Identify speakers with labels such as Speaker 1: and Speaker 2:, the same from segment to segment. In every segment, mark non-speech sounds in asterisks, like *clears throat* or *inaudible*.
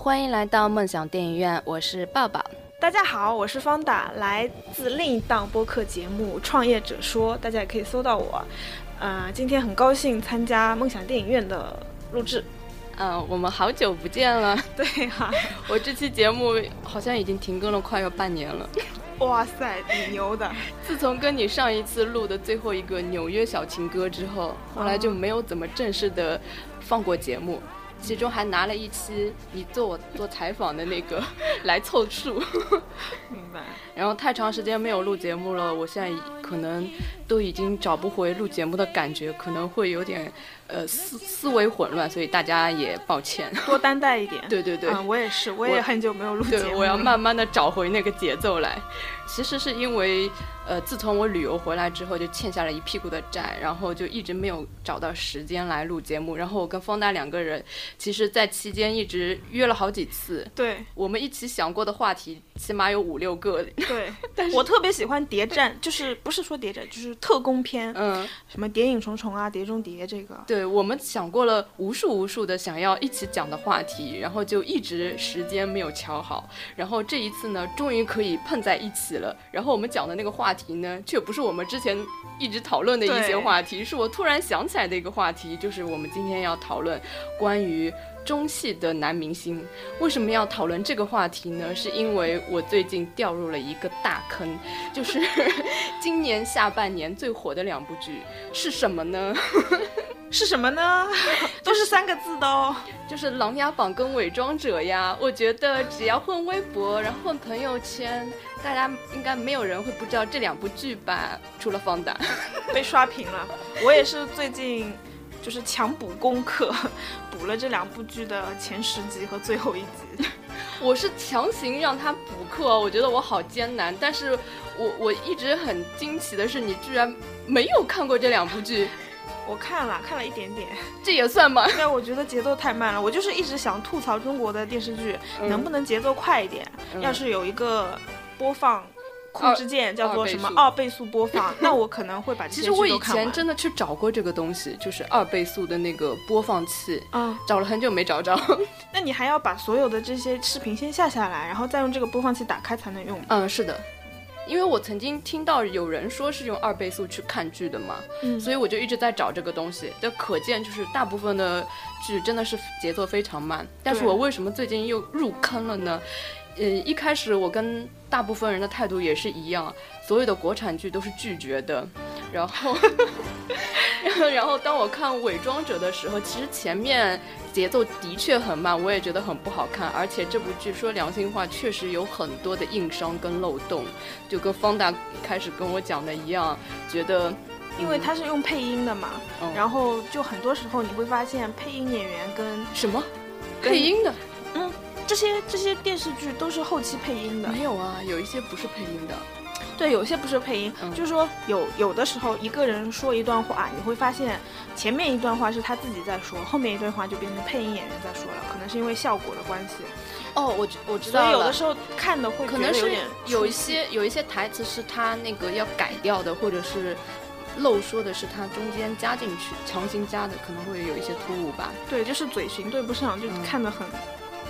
Speaker 1: 欢迎来到梦想电影院，我是抱抱。
Speaker 2: 大家好，我是方达，来自另一档播客节目《创业者说》，大家也可以搜到我。呃，今天很高兴参加梦想电影院的录制。
Speaker 1: 嗯、我们好久不见了， *laughs*
Speaker 2: 对
Speaker 1: 啊
Speaker 2: 哈、
Speaker 1: 我这期节目好像已经停更了快有半年了。
Speaker 2: *laughs*
Speaker 1: *laughs*
Speaker 2: 哇塞，你牛的！
Speaker 1: 自从跟你上一次录的最后一个纽约小情歌之后，后来就没有怎么正式的放过节目，其中还拿了一期你做我做采访的那个 *laughs* 来凑数。
Speaker 2: 明白。
Speaker 1: 然后太长时间没有录节目了，我现在可能都已经找不回录节目的感觉，可能会有点呃思思维混乱，所以大家也抱歉。 *laughs*
Speaker 2: 多担待一点。
Speaker 1: 对对对
Speaker 2: 啊、嗯我也是，我也
Speaker 1: 我
Speaker 2: 很久没有录节目
Speaker 1: 对，
Speaker 2: 了。
Speaker 1: 我要慢慢的找回那个节奏来。其实是因为，呃，自从我旅游回来之后，就欠下了一屁股的债，然后就一直没有找到时间来录节目。然后我跟方大两个人，其实在期间一直约了好几次，
Speaker 2: 对
Speaker 1: 我们一起想过的话题起码有五六个。 *laughs*
Speaker 2: 对，我特别喜欢谍战，就是不是说谍战，就是特工片，
Speaker 1: 嗯，
Speaker 2: 什么谍影重重啊，谍中谍这个。
Speaker 1: 对，我们想过了无数无数的想要一起讲的话题，然后就一直时间没有敲好。然后这一次呢，终于可以碰在一起了。然后我们讲的那个话题呢，却不是我们之前一直讨论的一些
Speaker 2: 对
Speaker 1: 话题，是我突然想起来的一个话题，就是我们今天要讨论关于。中戏的男明星为什么要讨论这个话题呢？是因为我最近掉入了一个大坑，就是 *laughs* 今年下半年最火的两部剧是什么呢？
Speaker 2: 是什么
Speaker 1: *laughs*
Speaker 2: 呢？都是三个字的哦。
Speaker 1: 就是《琅琊榜》跟《伪装者》呀，我觉得只要混微博，然后混朋友圈，大家应该没有人会不知道这两部剧吧？除了方达，
Speaker 2: 被刷屏了。我也是最近就是强补功课， *laughs* 补了这两部剧的前十集和最后一集。
Speaker 1: 我是强行让他补课，我觉得我好艰难。但是我我一直很惊奇的是，你居然没有看过这两部剧，
Speaker 2: 我看了，看了一点点，
Speaker 1: 这也算吗？
Speaker 2: 但我觉得节奏太慢了。我就是一直想吐槽中国的电视剧，
Speaker 1: 嗯
Speaker 2: 能不能节奏快一点？
Speaker 1: 嗯哦
Speaker 2: 要是有一个播放控制键，叫做什么
Speaker 1: 二倍速
Speaker 2: 二倍速播放，那我可能会把这
Speaker 1: 其实
Speaker 2: 些剧
Speaker 1: 我
Speaker 2: 都
Speaker 1: 以
Speaker 2: 看完。
Speaker 1: 前真的去找过这个东西，就是二倍速的那个播放器，
Speaker 2: 啊、
Speaker 1: 找了很久没找着。
Speaker 2: 那你还要把所有的这些视频先下下来，然后再用这个播放器打开才能用。
Speaker 1: 嗯，是的，因为我曾经听到有人说是用二倍速去看剧的嘛，
Speaker 2: 嗯
Speaker 1: 所以我就一直在找这个东西。就可见，就是大部分的剧真的是节奏非常慢。但是
Speaker 2: 对
Speaker 1: 我为什么最近又入坑了呢？呃，一开始我跟大部分人的态度也是一样，所有的国产剧都是拒绝的。然后， *laughs* 然后当我看《伪装者》的时候，其实前面节奏的确很慢，我也觉得很不好看。而且这部剧说良心话，确实有很多的硬伤跟漏洞，就跟方达一开始跟我讲的一样，觉得
Speaker 2: 因为它是用配音的嘛，
Speaker 1: 嗯
Speaker 2: 然后就很多时候你会发现配音演员跟
Speaker 1: 什么
Speaker 2: 跟
Speaker 1: 配音的
Speaker 2: 这些这些电视剧都是后期配音的，
Speaker 1: 没有啊？有一些不是配音的，
Speaker 2: *laughs* 对，有些不是配音，
Speaker 1: 嗯
Speaker 2: 就是说有有的时候一个人说一段话，你会发现前面一段话是他自己在说，后面一段话就变成配音演员在说了，可能是因为效果的关系，
Speaker 1: 哦，我知我知
Speaker 2: 所以
Speaker 1: 道
Speaker 2: 有
Speaker 1: 了
Speaker 2: 的。时候看的会
Speaker 1: 可
Speaker 2: 觉
Speaker 1: 能
Speaker 2: 得有
Speaker 1: 是
Speaker 2: 点
Speaker 1: 有一
Speaker 2: 出戏
Speaker 1: 些有一些台词是他那个要改掉的，或者是漏说的，是他中间加进去强行加的，可能会有一些突兀吧。
Speaker 2: 对，就是嘴型对不上，就
Speaker 1: 嗯
Speaker 2: 看得很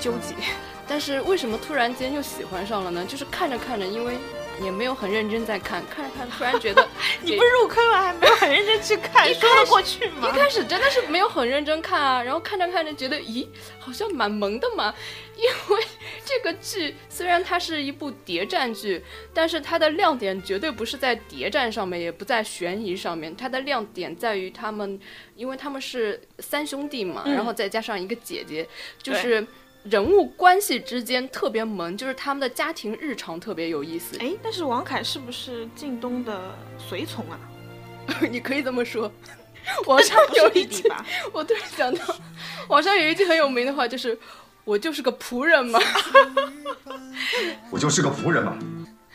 Speaker 2: 纠结。 *laughs*
Speaker 1: 但是为什么突然间又喜欢上了呢？就是看着看着，因为也没有很认真在看，看着看着突然觉
Speaker 2: *laughs*
Speaker 1: 得
Speaker 2: 你不是入坑了，还没有很认真去看，说得过去吗
Speaker 1: 一？开始真的是没有很认真看啊，然后看着看着觉得，咦，好像蛮萌的嘛。因为这个剧虽然它是一部谍战剧，但是它的亮点绝对不是在谍战上面，也不在悬疑上面，它的亮点在于他们，因为他们是三兄弟嘛，
Speaker 2: 嗯
Speaker 1: 然后再加上一个姐姐，就
Speaker 2: 对
Speaker 1: 是。人物关系之间特别萌，就是他们的家庭日常特别有意思。
Speaker 2: 哎，但是王凯是不是靳东的随从啊？
Speaker 1: 你可以这么 *laughs* 说，网上
Speaker 2: 他不
Speaker 1: 有
Speaker 2: 是
Speaker 1: 一
Speaker 2: 弟
Speaker 1: 句
Speaker 2: 弟吧？
Speaker 1: *laughs* 我突然想到，网上有一句很有名的话，就是“我就是个仆人嘛
Speaker 3: 我就是个仆人嘛。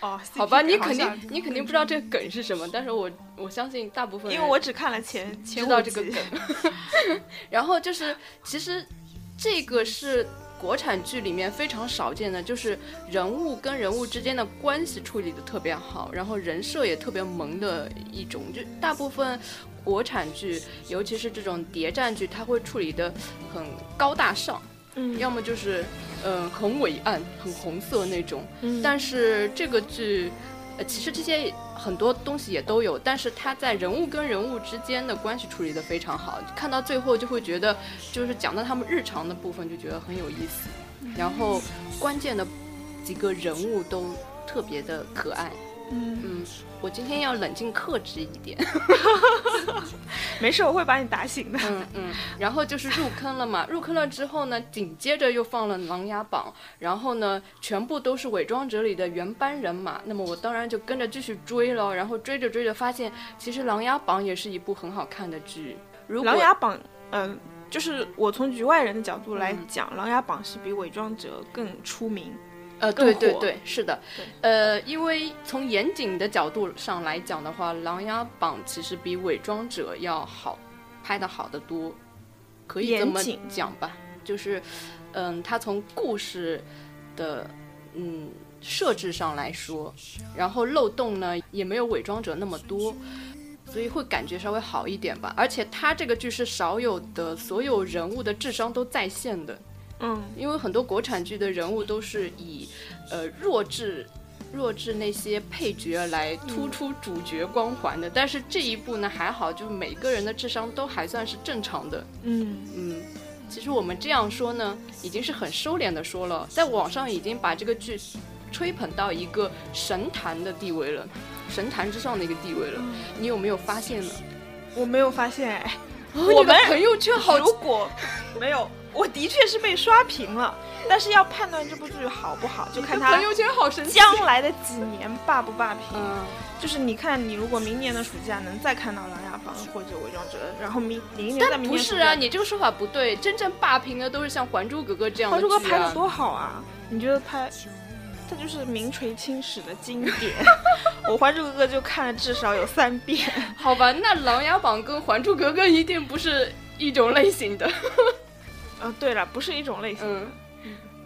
Speaker 2: 哦，”。
Speaker 1: *laughs*
Speaker 2: *laughs*
Speaker 1: 好吧，
Speaker 2: CP
Speaker 1: 你
Speaker 2: 好
Speaker 1: 肯
Speaker 2: 像
Speaker 1: 定你肯定不知道这个梗是什么，但是我我相信大部分
Speaker 2: 因
Speaker 1: 人
Speaker 2: 为我只看了前前
Speaker 1: 知
Speaker 2: 五
Speaker 1: 道这个
Speaker 2: 集
Speaker 1: 梗。然后就是，其实这个是国产剧里面非常少见的，就是人物跟人物之间的关系处理的特别好，然后人设也特别萌的一种。就大部分国产剧，尤其是这种谍战剧，它会处理的很高大上。
Speaker 2: 嗯
Speaker 1: 要么就是呃很伟岸、很红色那种。
Speaker 2: 嗯
Speaker 1: 但是这个剧，呃，其实这些很多东西也都有，但是它在人物跟人物之间的关系处理得非常好，看到最后就会觉得，就是讲到他们日常的部分就觉得很有意思，然后关键的几个人物都特别的可爱。
Speaker 2: 嗯，
Speaker 1: 嗯，我今天要冷静克制一点。
Speaker 2: 没事，我会把你打醒的。
Speaker 1: 嗯嗯，然后就是入坑了 *laughs* 嘛，入坑了之后呢，紧接着又放了《琅琊榜》，然后呢，全部都是《伪装者》里的原班人马，那么我当然就跟着继续追了，然后追着追着发现，其实《琅琊榜》也是一部很好看的剧。如
Speaker 2: 《
Speaker 1: 果
Speaker 2: 琅琊榜》嗯、就是我从局外人的角度
Speaker 1: 嗯
Speaker 2: 来讲，琅琊榜》是比《伪装者》更出名。
Speaker 1: 呃，
Speaker 2: 更
Speaker 1: 对对
Speaker 2: 火
Speaker 1: 对，是的，呃，因为从严谨的角度上来讲的话，《琅琊榜》其实比《伪装者》要好，拍的好得多，可以这
Speaker 2: 严
Speaker 1: 么
Speaker 2: 谨
Speaker 1: 讲吧，就是，嗯，它从故事的嗯设置上来说，然后漏洞呢也没有《伪装者》那么多。所以会感觉稍微好一点吧，而且它这个剧是少有的，所有人物的智商都在线的，
Speaker 2: 嗯
Speaker 1: 因为很多国产剧的人物都是以呃弱智。弱智那些配角来突出主角光环的，但是这一部呢还好，就是每个人的智商都还算是正常的。
Speaker 2: 嗯
Speaker 1: 嗯，其实我们这样说呢，已经是很收敛的说了，在网上已经把这个剧吹捧到一个神坛的地位了，神坛之上的一个地位了。
Speaker 2: 嗯
Speaker 1: 你有没有发现呢？
Speaker 2: 我没有发现哎，
Speaker 1: 我
Speaker 2: 们
Speaker 1: 朋友圈 *laughs* 好
Speaker 2: 如
Speaker 1: *laughs*
Speaker 2: 果没有，我的确是被刷屏了。但是要判断这部剧好不好，就看它
Speaker 1: 朋友圈好神奇。啊
Speaker 2: 将来的几年霸不霸屏。
Speaker 1: 嗯，
Speaker 2: 就是你看，你如果明年的暑假能再看到《琅琊榜》或者《伪装者》，然后明明年再明
Speaker 1: 不
Speaker 2: 年
Speaker 1: 是
Speaker 2: 暑假
Speaker 1: 啊，你这个说法不对。真正霸屏的都是像《还珠格格》这样
Speaker 2: 《
Speaker 1: 的
Speaker 2: 还
Speaker 1: 剧、
Speaker 2: 珠
Speaker 1: 啊。
Speaker 2: 格格》拍的多好啊！你觉得拍，它就是名垂青史的经
Speaker 1: *laughs*
Speaker 2: 典。我《还珠格格》就看了至少有三遍。
Speaker 1: 好吧，那《琅琊榜》跟《还珠格格》一定不是一种类型的。
Speaker 2: 呃，对了，不是一种类型，
Speaker 1: 嗯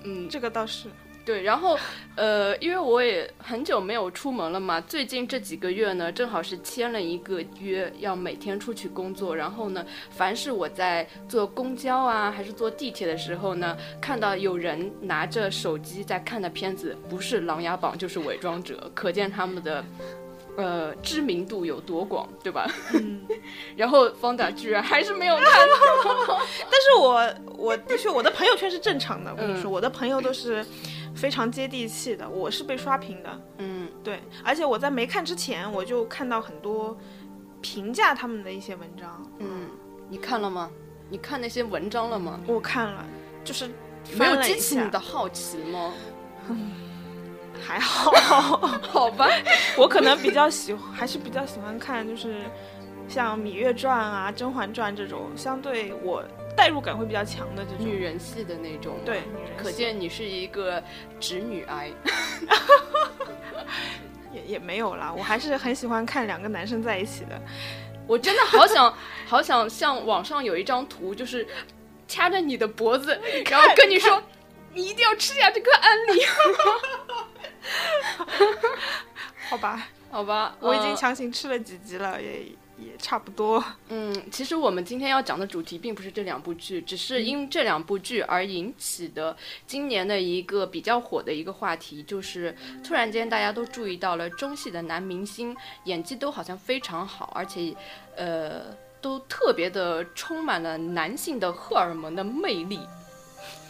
Speaker 1: 嗯，
Speaker 2: 这个倒是。
Speaker 1: 对。然后呃，因为我也很久没有出门了嘛，最近这几个月呢，正好是签了一个约，要每天出去工作。然后呢，凡是我在坐公交啊，还是坐地铁的时候呢，看到有人拿着手机在看的片子，不是《琅琊榜》就是《伪装者》，可见他们的。呃，知名度有多广，对吧？ *laughs* 然后方达居然还是没有看
Speaker 2: 但是我我的确我的朋友圈是正常的，我跟你说，
Speaker 1: 嗯
Speaker 2: 我的朋友都是非常接地气的，我是被刷屏的。
Speaker 1: 嗯
Speaker 2: 对，而且我在没看之前，我就看到很多评价他们的一些文章，
Speaker 1: 嗯， *laughs* 你看了吗？你看那些文章了吗？
Speaker 2: 我看了，就是
Speaker 1: 没
Speaker 2: 翻
Speaker 1: 有
Speaker 2: 了一
Speaker 1: 激起
Speaker 2: 下
Speaker 1: 你的，好奇吗？*laughs*
Speaker 2: 还 *laughs* 好。
Speaker 1: 好吧，
Speaker 2: 我可能比较喜欢， *laughs* 还是比较喜欢看，就是像《芈月传》啊、《甄嬛传》这种相对我代入感会比较强的这种。
Speaker 1: *laughs* 女人系的那种，
Speaker 2: 对，，女人
Speaker 1: 可见你是一个直女癌。 *laughs*
Speaker 2: 也也没有啦，我还是很喜欢看两个男生在一起的。
Speaker 1: 我真的好想，好想像网上有一张图，就是掐着你的脖子，然后跟你说，你一定要吃下这颗安利，
Speaker 2: 好吧，
Speaker 1: 好吧？
Speaker 2: 我已
Speaker 1: 呃
Speaker 2: 经强行吃了几集了，也也差不多。
Speaker 1: 嗯，其实我们今天要讲的主题并不是这两部剧，只是因这两部剧而引起的今年的一个比较火的一个话题，就是突然间大家都注意到了中戏的男明星演技都好像非常好，而且呃都特别的充满了男性的荷尔蒙的魅力。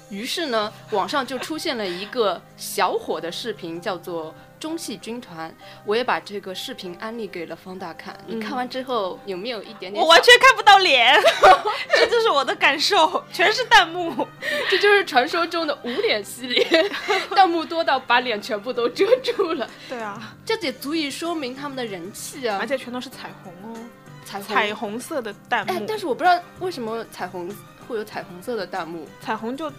Speaker 1: 于是呢，网上就出现了一个小火的视频，叫做《中戏军团》。我也把这个视频安利给了方大看。你看完之后有没有一点点？
Speaker 2: 我完全看不到脸， *laughs* 这就是我的感受，全是弹幕。
Speaker 1: *laughs* 这就是传说中的无脸系列， *laughs* 弹幕多到把脸全部都遮住了，
Speaker 2: 对啊，
Speaker 1: 这也足以说明他们的人气啊
Speaker 2: 而。且全都是彩虹哦，
Speaker 1: 彩虹，
Speaker 2: 彩虹色的弹
Speaker 1: 哎
Speaker 2: 幕，。
Speaker 1: 但是我不知道为什么彩虹会有彩虹色的弹幕
Speaker 2: 彩虹就，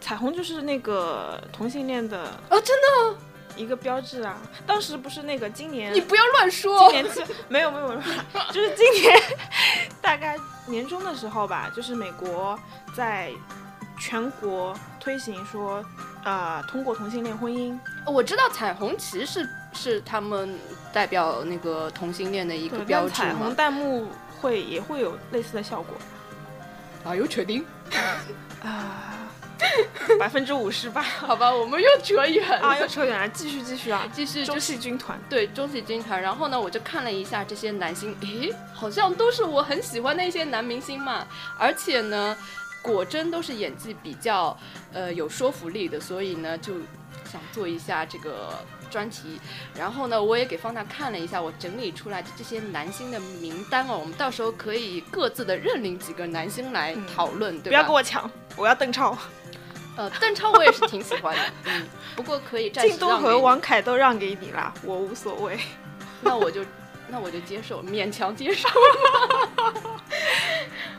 Speaker 2: 彩虹就是那个同性恋的
Speaker 1: 哦，真的，
Speaker 2: 一个标志啊。当时不是那个今年，
Speaker 1: 你
Speaker 2: 嗯今
Speaker 1: 不要乱说。
Speaker 2: 年就 *laughs* 没有没有没有，就是今年大概年中的时候吧，就是美国在全国推行说，呃，通过同性恋婚姻，
Speaker 1: 我知道彩虹旗是是他们代表那个同性恋的一个
Speaker 2: 对，
Speaker 1: 标
Speaker 2: 但
Speaker 1: 志
Speaker 2: 彩虹
Speaker 1: 嘛。
Speaker 2: 弹幕会也会有类似的效果 *laughs*
Speaker 1: 啊，有确定？
Speaker 2: 啊。百分之五
Speaker 1: *laughs*
Speaker 2: 十吧。
Speaker 1: 好吧，我们又扯远了。
Speaker 2: 啊，又扯远了，继续继续啊，
Speaker 1: 继续就
Speaker 2: 中
Speaker 1: 是
Speaker 2: 戏军团。
Speaker 1: 对中戏军团，然后呢，我就看了一下这些男星，诶，好像都是我很喜欢的一些男明星嘛，而且呢，果真都是演技比较呃有说服力的，所以呢就想做一下这个专题。然后呢，我也给方大看了一下我整理出来的这些男星的名单哦，我们到时候可以各自的认领几个男星来
Speaker 2: 嗯
Speaker 1: 讨论，对吧？
Speaker 2: 不要跟我抢，我要邓超、
Speaker 1: 呃，邓超我也是挺喜欢的，嗯，不过可以暂时
Speaker 2: 靳东
Speaker 1: 让
Speaker 2: 和
Speaker 1: 给
Speaker 2: 王凯都让给你啦，我无所谓。
Speaker 1: *laughs* 那我就那我就接受，勉强接受。 *laughs*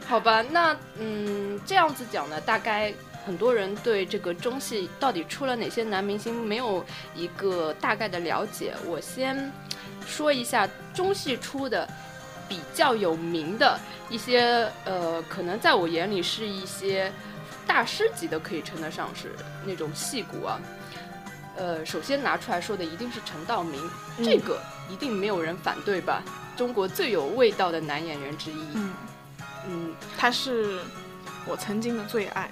Speaker 1: 好吧，那嗯，这样子讲呢，大概很多人对这个中戏到底出了哪些男明星没有一个大概的了解。我先说一下中戏出的比较有名的一些，呃，可能在我眼里是一些大师级的，可以称得上是那种戏骨啊。呃，首先拿出来说的一定是陈道明，这个一定没有人反对吧？中国最有味道的男演员之一，
Speaker 2: 嗯，
Speaker 1: 嗯，
Speaker 2: 他是我曾经的最爱，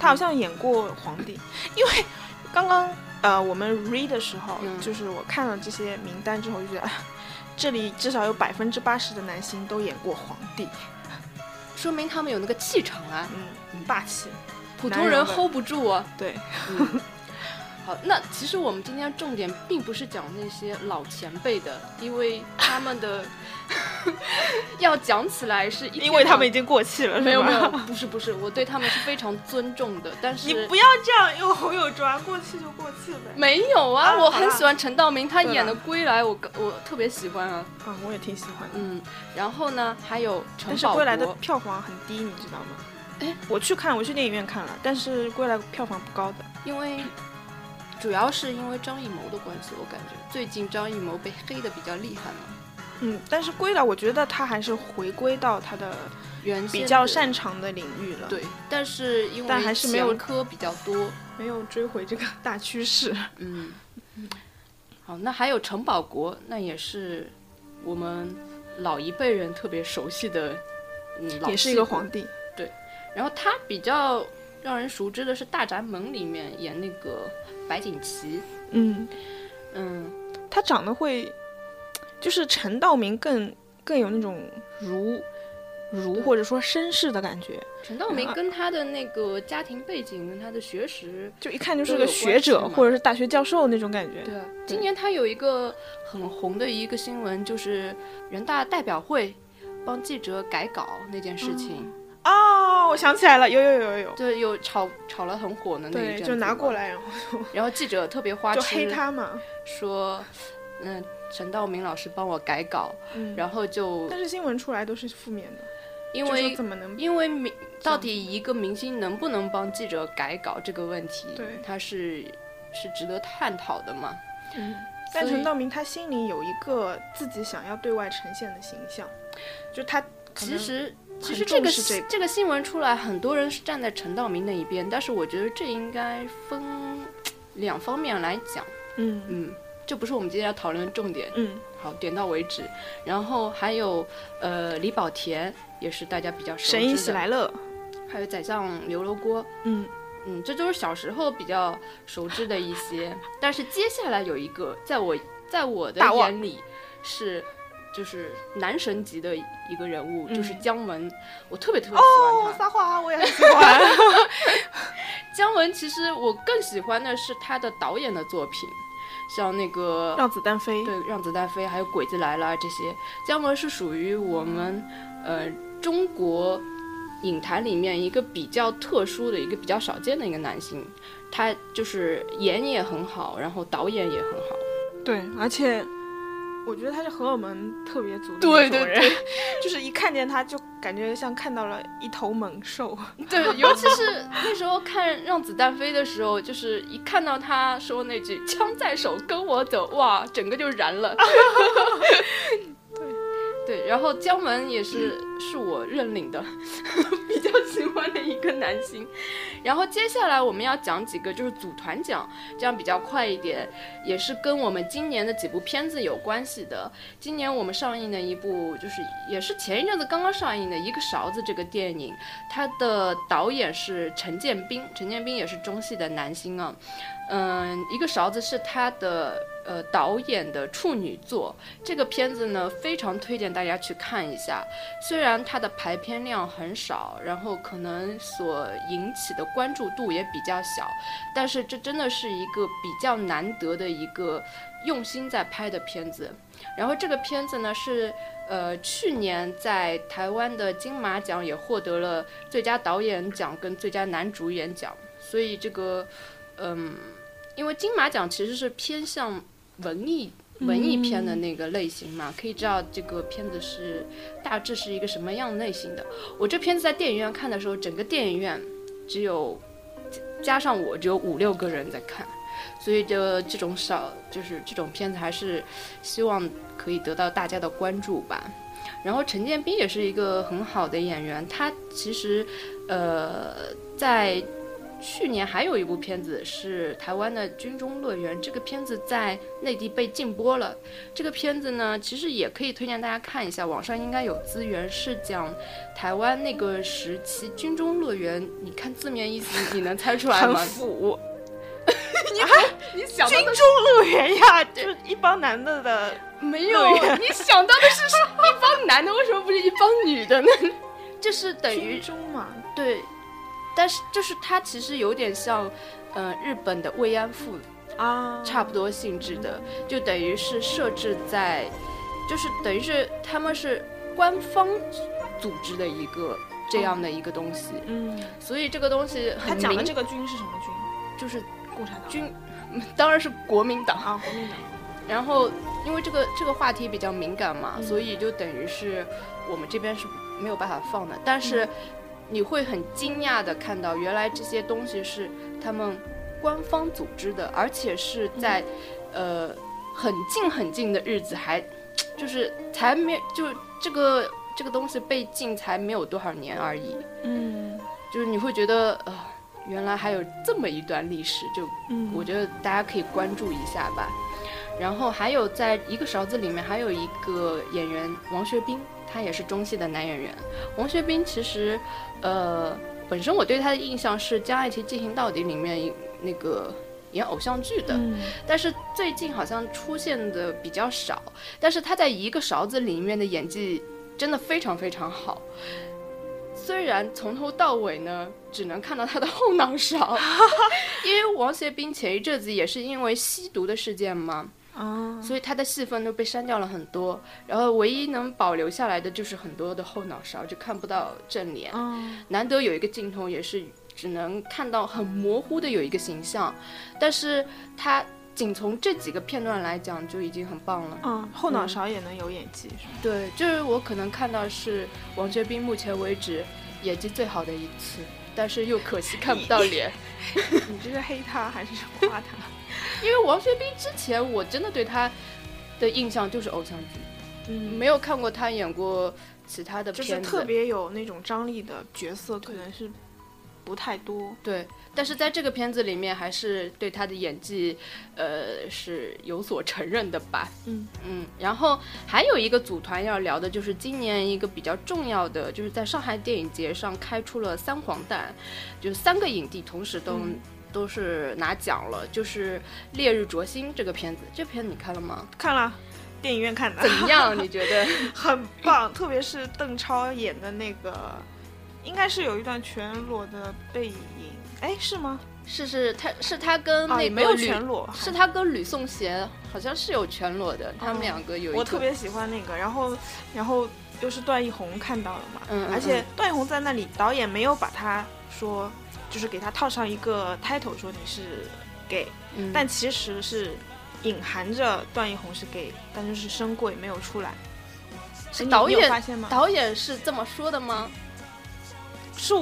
Speaker 2: 他好像演过皇帝，因为刚刚呃我们 read 的时候，
Speaker 1: 嗯
Speaker 2: 就是我看了这些名单之后，就觉得啊这里至少有百分之八十的男星都演过皇帝，
Speaker 1: 说明他们有那个气场啊，
Speaker 2: 嗯，霸气，
Speaker 1: 普通人
Speaker 2: 男人味
Speaker 1: hold 不住啊。
Speaker 2: 对， *laughs*
Speaker 1: 嗯好，那其实我们今天重点并不是讲那些老前辈的，因为他们
Speaker 2: *laughs*
Speaker 1: 的要讲起来是一天
Speaker 2: 因为他们已
Speaker 1: 两
Speaker 2: 经过气了，
Speaker 1: 没有
Speaker 2: 是吧
Speaker 1: 没有，不是不是，我对他们是非常尊重的，但是
Speaker 2: *laughs* 你不要这样用侯友转过气就过气呗。
Speaker 1: 没有啊，
Speaker 2: 啊
Speaker 1: 我
Speaker 2: 好
Speaker 1: 很
Speaker 2: 吧
Speaker 1: 喜欢陈道明，他
Speaker 2: 对
Speaker 1: 演的
Speaker 2: 了
Speaker 1: 《归来》我，我特别喜欢啊。
Speaker 2: 嗯，我也挺喜欢的，
Speaker 1: 嗯，然后呢，还有陈
Speaker 2: 但是
Speaker 1: 宝
Speaker 2: 《
Speaker 1: 国
Speaker 2: 归来》的票房很低，你知道吗？
Speaker 1: 哎，
Speaker 2: 我去看，我去电影院看了，但是《归来》票房不高的。
Speaker 1: 因为主要是因为张艺谋的关系，我感觉最近张艺谋被黑的比较厉害嘛，
Speaker 2: 嗯，但是《归来》我觉得他还是回归到他的
Speaker 1: 原先
Speaker 2: 比
Speaker 1: 的
Speaker 2: 较擅长的领域了，，
Speaker 1: 对，但是因为
Speaker 2: 但还是没有
Speaker 1: 前科比较多，
Speaker 2: 没有追回
Speaker 1: *laughs*
Speaker 2: 这个大趋势。
Speaker 1: 嗯，好，那还有陈宝国，那也是我们老一辈人特别熟悉的，嗯，老
Speaker 2: 也是
Speaker 1: 戏
Speaker 2: 一个
Speaker 1: 骨
Speaker 2: 皇帝，
Speaker 1: 然后他比较让人熟知的是《大宅门》里面演那个白景琦，
Speaker 2: 嗯，
Speaker 1: 嗯，
Speaker 2: 他长得会，就是陈道明更更有那种儒儒
Speaker 1: 对
Speaker 2: 或者说绅士的感觉，
Speaker 1: 陈道
Speaker 2: 啊
Speaker 1: 明跟他的那个家庭背景跟他的学识
Speaker 2: 就一看就是
Speaker 1: 都有
Speaker 2: 个
Speaker 1: 关
Speaker 2: 学
Speaker 1: 系
Speaker 2: 者
Speaker 1: 嘛
Speaker 2: 或者是大学教授那种感觉。
Speaker 1: 对啊，今年他有一个很红的一个新闻，就是人大代表会帮记者改稿那件事情，
Speaker 2: 哦，我想起来了，有有有有有，
Speaker 1: 对，有炒炒了很火的那一阵
Speaker 2: 对，
Speaker 1: 子
Speaker 2: 就拿过
Speaker 1: 嘛，
Speaker 2: 来，然后
Speaker 1: 然后记者特别花
Speaker 2: 就黑
Speaker 1: 痴
Speaker 2: 他嘛。
Speaker 1: 说，嗯，陈道明老师帮我改稿，
Speaker 2: 嗯，
Speaker 1: 然后就
Speaker 2: 但是新闻出来都是负面的，
Speaker 1: 因
Speaker 2: 就说
Speaker 1: 为
Speaker 2: 怎么能
Speaker 1: 因为明到底一个明星能不能帮记者改稿这个问题，
Speaker 2: 对
Speaker 1: 它是是值得探讨的嘛，
Speaker 2: 嗯，但
Speaker 1: 所以
Speaker 2: 陈道明他心里有一个自己想要对外呈现的形象，就他可
Speaker 1: 其
Speaker 2: 能
Speaker 1: 实，其
Speaker 2: 很
Speaker 1: 实这
Speaker 2: 重
Speaker 1: 个
Speaker 2: 视这
Speaker 1: 新
Speaker 2: 个
Speaker 1: 这个新闻出来，很多人是站在陈道明那一边，但是我觉得这应该分两方面来讲。
Speaker 2: 嗯
Speaker 1: 嗯，这不是我们今天要讨论的重点。
Speaker 2: 嗯，
Speaker 1: 好，点到为止。然后还有呃，李保田也是大家比较熟
Speaker 2: 神医
Speaker 1: 知
Speaker 2: 喜
Speaker 1: 的，
Speaker 2: 来乐，
Speaker 1: 还有宰相刘罗锅。
Speaker 2: 嗯，
Speaker 1: 嗯，这都是小时候比较熟知的一些，但是接下来有一个，在我在我的
Speaker 2: 大腕
Speaker 1: 眼里是就是男神级的一个人物，就是
Speaker 2: 嗯哦
Speaker 1: 姜文，我特别特别喜欢他。
Speaker 2: 撒谎我也很喜欢，
Speaker 1: 姜文其实我更喜欢的是他的导演的作品，像那个
Speaker 2: *laughs* 让子弹飞，
Speaker 1: 对《让子弹飞》还有《鬼子来了》啊这些，姜文是属于我们呃中国影坛里面一个比较特殊的一个比较少见的一个男星，他就是演也很好，然后导演也很好。
Speaker 2: 对，而且我觉得他是荷尔蒙特别足的
Speaker 1: 对
Speaker 2: 那种
Speaker 1: 对
Speaker 2: 人，就是一看见他就感觉像看到了一头猛兽，
Speaker 1: *laughs* 对，尤其是那时候看《让子弹飞》的时候，就是一看到他说那句“枪在手，跟我走”，哇， *laughs* 整个就燃了。对，然后姜文也是是我认领的 *laughs* 比较喜欢的一个男星。然后接下来我们要讲几个就是组团奖，这样比较快一点，也是跟我们今年的几部片子有关系的。今年我们上映的一部就是也是前一阵子刚刚上映的《一个勺子》这个电影，它的导演是陈建斌，陈建斌也是中戏的男星啊。嗯，一个勺子是他的呃导演的处女作，这个片子呢非常推荐大家去看一下。虽然它的排片量很少，然后可能所引起的关注度也比较小，但是这真的是一个比较难得的一个用心在拍的片子。然后这个片子呢是呃去年在台湾的金马奖也获得了最佳导演奖跟最佳男主演奖，所以这个嗯。因为金马奖其实是偏向文艺文艺片的那个类型嘛，可以知道这个片子是大致是一个什么样类型的。我这片子在电影院看的时候，整个电影院只有加上我只有五六个人在看，所以就这种少就是这种片子还是希望可以得到大家的关注吧。然后陈建斌也是一个很好的演员，他其实呃在。去年还有一部片子是台湾的《军中乐园》，这个片子在内地被禁播了。这个片子呢，其实也可以推荐大家看一下，网上应该有资源，是讲台湾那个时期军中乐园。你看字面意思，你能猜出来
Speaker 2: 很
Speaker 1: 吗？
Speaker 2: 腐，
Speaker 1: *laughs* 你想
Speaker 2: 军
Speaker 1: 到的
Speaker 2: 中乐园呀，就是一帮男的的
Speaker 1: 没有
Speaker 2: 乐？园
Speaker 1: 你想到的是一帮男的，为什么不是一帮女 *laughs* 的呢？这是等于
Speaker 2: 军中嘛，
Speaker 1: 对，但是就是它其实有点像，呃，日本的慰安妇
Speaker 2: 啊，
Speaker 1: 差不多性质的，就等于是设置在，就是等于是他们是官方组织的一个这样的一个东西，
Speaker 2: 嗯，
Speaker 1: 所以这个东西
Speaker 2: 他
Speaker 1: 很
Speaker 2: 讲的
Speaker 1: 明，
Speaker 2: 这个军是什么军？
Speaker 1: 就是
Speaker 2: 共产党
Speaker 1: 军，当然是国民党。
Speaker 2: 啊，国民党。
Speaker 1: 然后因为这个这个话题比较敏感嘛，
Speaker 2: 嗯
Speaker 1: 所以就等于是我们这边是没有办法放的，但是你会很惊讶的看到，原来这些东西是他们官方组织的，而且是在、呃很近很近的日子还就是才没就这个这个东西被禁才没有多少年而已，
Speaker 2: 嗯
Speaker 1: 就是你会觉得呃原来还有这么一段历史，就
Speaker 2: 嗯
Speaker 1: 我觉得大家可以关注一下吧。然后还有在一个勺子里面还有一个演员王学兵，他也是中戏的男演员。王学兵其实，呃，本身我对他的印象是《将爱情进行到底》里面一那个演偶像剧的，
Speaker 2: 嗯
Speaker 1: 但是最近好像出现的比较少。但是他在一个勺子里面的演技真的非常非常好，虽然从头到尾呢只能看到他的后脑勺，因为王学兵前一阵子也是因为吸毒的事件嘛，
Speaker 2: 啊，
Speaker 1: 所以他的戏份都被删掉了很多，然后唯一能保留下来的就是很多的后脑勺，就看不到正脸。
Speaker 2: 啊，
Speaker 1: 难得有一个镜头也是只能看到很模糊的有一个形象，但是他仅从这几个片段来讲就已经很棒了。
Speaker 2: 嗯，后脑勺也能有演技是吗？
Speaker 1: 对，就是我可能看到是王学兵目前为止演技最好的一次，但是又可惜看不到
Speaker 2: *laughs*
Speaker 1: 脸，
Speaker 2: 你这是黑他还是夸
Speaker 1: *laughs*
Speaker 2: 他？
Speaker 1: 因为王学兵之前我真的对他的印象就是偶像剧，
Speaker 2: 嗯，
Speaker 1: 没有看过他演过其他的
Speaker 2: *laughs* 就是
Speaker 1: 片子。
Speaker 2: 特别有那种张力的角色，可能是不太多。
Speaker 1: 对，但是在这个片子里面，还是对他的演技，呃，是有所承认的吧。
Speaker 2: 嗯
Speaker 1: 嗯，然后还有一个组团要聊的，就是今年一个比较重要的，就是在上海电影节上开出了三黄蛋，就是三个影帝同时都、
Speaker 2: 嗯
Speaker 1: 都是拿奖了，就是《烈日灼心》这个片子，这片你看了
Speaker 2: *laughs*
Speaker 1: 吗？
Speaker 2: 看了，电影院看的
Speaker 1: 怎，么样？你觉得？ *laughs*
Speaker 2: 很棒，特别是邓超演的那个，应该是有一段全裸的背影，哎，是吗？
Speaker 1: 是是，他是他跟
Speaker 2: 啊，
Speaker 1: 那
Speaker 2: 没
Speaker 1: 个
Speaker 2: 有
Speaker 1: 吕，
Speaker 2: 全裸，
Speaker 1: 是他跟吕颂贤好像是有全裸的，他们
Speaker 2: 哦
Speaker 1: 两个有一个
Speaker 2: 我特别喜欢那个，然后，然后又是段奕宏看到了嘛，
Speaker 1: 嗯嗯
Speaker 2: 而且段奕宏在那里，导演没有把他说，就是给他套上一个 title 说你是 gay，、
Speaker 1: 嗯
Speaker 2: 但其实是隐含着段奕宏是 gay，但就是深柜没有出来。
Speaker 1: 是
Speaker 2: 你
Speaker 1: 导
Speaker 2: 你有
Speaker 1: 演
Speaker 2: 发现吗？
Speaker 1: 导演是这么说的吗？
Speaker 2: 是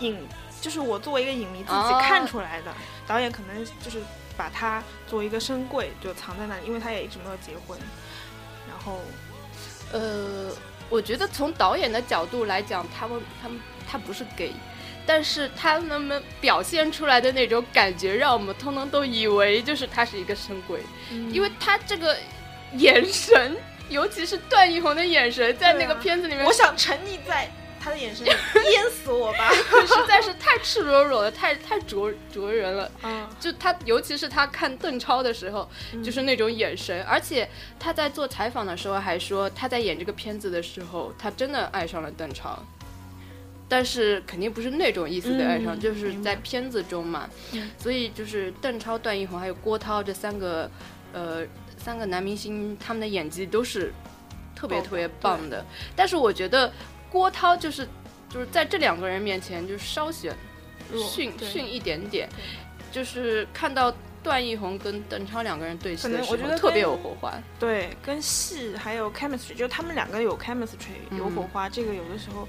Speaker 2: 影，就是我作为一个影迷自己
Speaker 1: 哦
Speaker 2: 看出来的，导演可能就是把他作为一个深柜就藏在那里，因为他也一直没有结婚，然后
Speaker 1: 呃，我觉得从导演的角度来讲，他们他们他不是 gay，但是他们表现出来的那种感觉，让我们通通都以为就是他是一个深鬼，
Speaker 2: 嗯
Speaker 1: 因为他这个眼神，尤其是段奕宏的眼神，在那个
Speaker 2: 对啊
Speaker 1: 片子里面，
Speaker 2: 我想沉溺在他的眼 *laughs* 神里，淹死我吧。
Speaker 1: 实在是太赤裸裸了，太太灼灼人了。
Speaker 2: 嗯，
Speaker 1: 就他，尤其是他看邓超的时候，就是那种眼神，而且他在做采访的时候还说，他在演这个片子的时候，他真的爱上了邓超，但是肯定不是那种意思的爱上，
Speaker 2: 嗯
Speaker 1: 就是
Speaker 2: 明白
Speaker 1: 在片子中嘛
Speaker 2: 嗯，
Speaker 1: 所以就是邓超、段奕宏还有郭涛这三个，呃，三个男明星他们的演技都是特别
Speaker 2: 爆
Speaker 1: 特别棒的，但是我觉得郭涛就是就是在这两个人面前就稍显
Speaker 2: 弱
Speaker 1: 逊
Speaker 2: 对
Speaker 1: 逊一点点，就是看到段奕宏跟邓超两个人对戏的时候，
Speaker 2: 可能我觉得
Speaker 1: 特别有火花。
Speaker 2: 对，跟戏还有 chemistry，就是他们两个有 chemistry，有火花，这个有的时候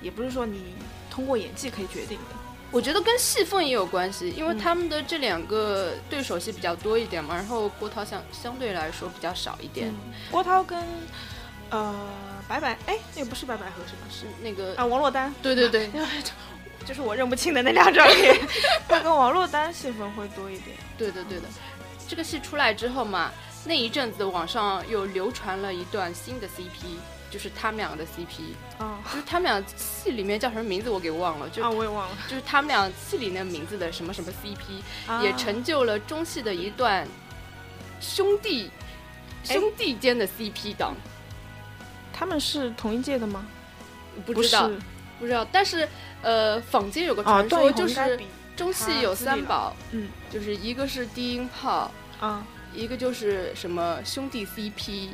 Speaker 2: 也不是说你通过演技可以决定的。
Speaker 1: 我觉得跟戏份也有关系，因为
Speaker 2: 嗯
Speaker 1: 他们的这两个对手戏比较多一点嘛，然后郭涛相相对来说比较少一点。
Speaker 2: 郭涛跟呃白白，哎，那个不是白百合是吧？是
Speaker 1: 那个，
Speaker 2: 啊，王珞 *laughs* 丹，
Speaker 1: 对对对，
Speaker 2: 就是我认不清的那 *laughs* 两张脸，他跟王珞丹戏份会多一点。
Speaker 1: 对的，对的。这个戏出来之后嘛，那一阵子网上又流传了一段新的 CP，就是他们两个的 CP，
Speaker 2: *laughs* 啊
Speaker 1: 就是他们俩戏里面叫什么名字我给忘了，就、
Speaker 2: 啊，我也忘了，
Speaker 1: 就是他们俩戏里那名字的什么什么 CP，、也
Speaker 2: 啊
Speaker 1: 成就了中戏的一段兄弟
Speaker 2: 哎
Speaker 1: 兄弟间的 CP 档，
Speaker 2: 他们是同一届的吗？
Speaker 1: 不知道
Speaker 2: 是
Speaker 1: 不知道，但是呃，坊间有个
Speaker 2: 啊，
Speaker 1: 传
Speaker 2: 段奕
Speaker 1: 说，
Speaker 2: 宏
Speaker 1: 就
Speaker 2: 应该
Speaker 1: 是
Speaker 2: 比
Speaker 1: 中戏有三宝，
Speaker 2: 嗯，
Speaker 1: 就是一个是低音炮，
Speaker 2: 啊，
Speaker 1: 一个就是什么兄弟 CP，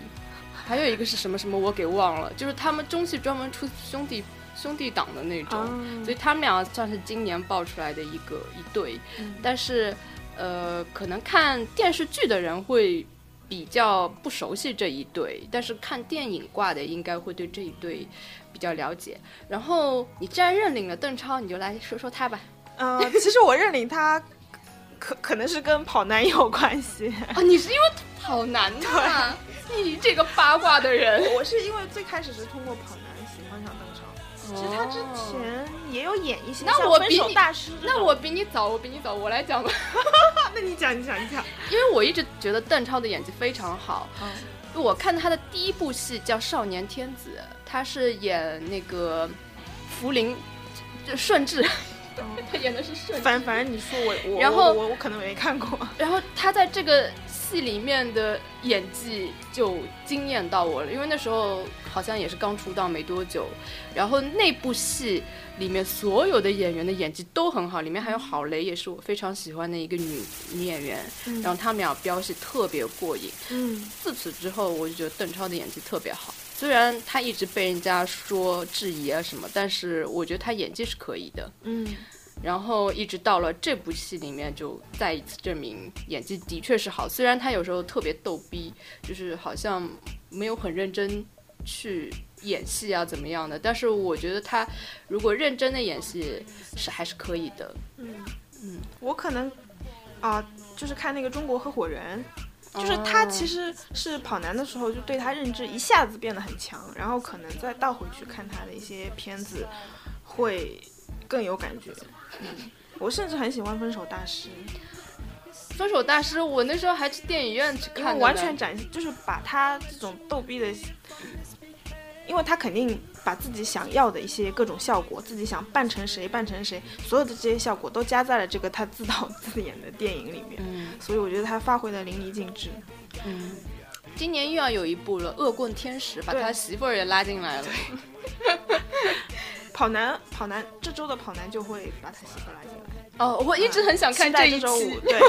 Speaker 1: 还有一个是什么什么我给忘了，就是他们中戏专门出兄弟兄弟档的那种，
Speaker 2: 啊
Speaker 1: 所以他们俩算是今年爆出来的一个一对，
Speaker 2: 嗯
Speaker 1: 但是呃，可能看电视剧的人会比较不熟悉这一对，但是看电影挂的应该会对这一对比较了解。然后你既然认领了邓超，你就来说说他
Speaker 2: *laughs*
Speaker 1: 吧。
Speaker 2: 呃，其实我认领他可可能是跟跑男有关系。
Speaker 1: 啊，你是因为跑男呐， *laughs* 你这个八卦的人。
Speaker 2: 我是因为最开始是通过跑男喜欢上邓超，其实他之前也有演一些
Speaker 1: 那
Speaker 2: 像
Speaker 1: 我
Speaker 2: 分
Speaker 1: 比
Speaker 2: 手
Speaker 1: 你
Speaker 2: 大师这
Speaker 1: 那
Speaker 2: 种
Speaker 1: 我比你早，我比你早，我来讲吧。
Speaker 2: 那你讲你讲你讲，
Speaker 1: 因为我一直觉得邓超的演技非常好，我看他的第一部戏叫《少年天子》，他是演那个福临，就顺治， *laughs*
Speaker 2: 哦
Speaker 1: 他演的是顺治。
Speaker 2: 反反正你说我我
Speaker 1: 然
Speaker 2: 我
Speaker 1: 后
Speaker 2: 我我可能没看过，
Speaker 1: 然后他在这个戏里面的演技就惊艳到我了，因为那时候好像也是刚出道没多久，然后那部戏里面所有的演员的演技都很好，里面还有郝蕾也是我非常喜欢的一个女女演员，然后他们俩飙戏特别过瘾。
Speaker 2: 嗯
Speaker 1: 自此之后，我就觉得邓超的演技特别好。虽然他一直被人家说质疑啊什么，但是我觉得他演技是可以的。
Speaker 2: 嗯
Speaker 1: 然后一直到了这部戏里面，就再一次证明演技的确是好。虽然他有时候特别逗逼，就是好像没有很认真去演戏啊怎么样的，但是我觉得他如果认真的演戏是还是可以的。
Speaker 2: 嗯
Speaker 1: 嗯
Speaker 2: 嗯，我可能啊、就是看那个《中国合伙人》，就是他其
Speaker 1: 实
Speaker 2: 实是跑男的时候，就对他认知一下子变得很强，然后可能再倒回去看他的一些片子，会更有感觉。嗯我甚至很喜欢《分手大师
Speaker 1: 《分手大师》，我那时候还去电影院去》，
Speaker 2: 因
Speaker 1: 看的
Speaker 2: 为
Speaker 1: 呢，
Speaker 2: 完全展现就是把他这种逗逼的，因为他肯定把自己想要的一些各种效果，自己想扮成谁扮成谁，所有的这些效果都加在了这个他自导 *laughs* 自演的电影里面，
Speaker 1: 嗯。
Speaker 2: 所以我觉得他发挥的淋漓尽致。
Speaker 1: 嗯，今年又要有一部了，《恶棍天使》把
Speaker 2: 对
Speaker 1: 他媳妇儿也拉进来了。
Speaker 2: 跑男，跑男，这周的跑男就会把他媳妇拉进来。
Speaker 1: 哦，我一直很想看
Speaker 2: 期待
Speaker 1: 一
Speaker 2: 周
Speaker 1: 期
Speaker 2: 五，，对，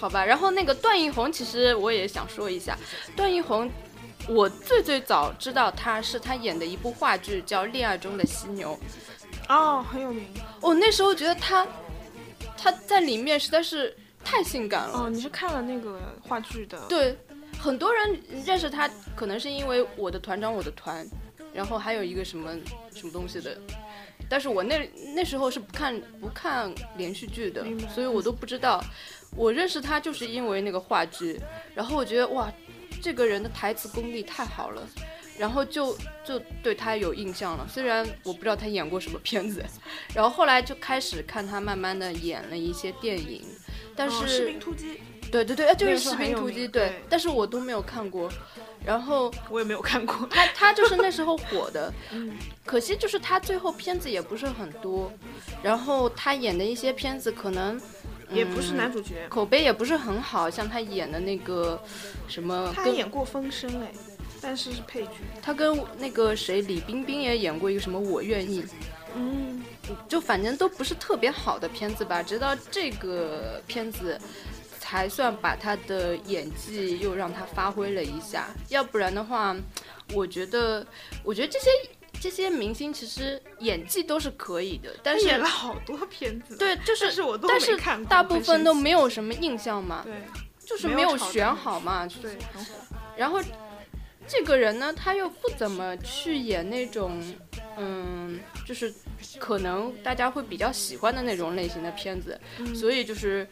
Speaker 1: 好吧。然后那个段奕宏，其实我也想说一下，段奕宏，我最最早知道他是他演的一部话剧叫《恋爱中的犀牛》，
Speaker 2: 哦，很有名。
Speaker 1: 我那时候觉得他他在里面实在是太性感了。
Speaker 2: 哦，你是看了那个话剧的？，
Speaker 1: 对，很多人认识他，可能是因为我的团长，我的团，然后还有一个什么什么东西的。但是我那那时候是不看不看连续剧的
Speaker 2: 明白，
Speaker 1: 所以我都不知道。我认识他就是因为那个话剧，然后我觉得哇，这个人的台词功力太好了。然后就就对他有印象了。虽然我不知道他演过什么片子，然后后来就开始看他慢慢的演了一些电影，但
Speaker 2: 嗯
Speaker 1: 是、
Speaker 2: 士兵突击
Speaker 1: 对对对，哎，就是
Speaker 2: 那个
Speaker 1: 《
Speaker 2: 时候
Speaker 1: 士
Speaker 2: 很
Speaker 1: 兵
Speaker 2: 有
Speaker 1: 突
Speaker 2: 名
Speaker 1: 击》
Speaker 2: 对
Speaker 1: 但是我都没有看过。然后
Speaker 2: 我也没有看过，
Speaker 1: 他他就是那时候火的，
Speaker 2: 嗯
Speaker 1: 可惜就是他最后片子也不是很多，然后他演的一些片子可能、嗯
Speaker 2: 也不是男主角，
Speaker 1: 口碑也不是很好，像他演的那个什么
Speaker 2: 他还
Speaker 1: 跟
Speaker 2: 演过《风声》哎，但是是配角。
Speaker 1: 他跟那个谁李冰冰也演过一个什么我愿意，
Speaker 2: 嗯，
Speaker 1: 就反正都不是特别好的片子吧。直到这个片子，才算把他的演技又让他发挥了一下。要不然的话，我觉得，我觉得这些这些明星其实演技都是可以的，
Speaker 2: 他
Speaker 1: 但
Speaker 2: 演
Speaker 1: 是
Speaker 2: 了好多片子，，
Speaker 1: 对，就
Speaker 2: 但
Speaker 1: 是
Speaker 2: 是我都
Speaker 1: 但
Speaker 2: 没
Speaker 1: 是
Speaker 2: 看过，
Speaker 1: 大部
Speaker 2: 很
Speaker 1: 分
Speaker 2: 神
Speaker 1: 都
Speaker 2: 奇
Speaker 1: 没有什么印象嘛，
Speaker 2: 对
Speaker 1: 就是
Speaker 2: 没
Speaker 1: 没
Speaker 2: 有
Speaker 1: 有
Speaker 2: 炒
Speaker 1: 选
Speaker 2: 作
Speaker 1: 好嘛，就是
Speaker 2: 对很火，
Speaker 1: 然后这个人呢，他又不怎么去演那种，嗯，就是可能大家会比较喜欢的那种类型的片子，
Speaker 2: 嗯
Speaker 1: 所以就是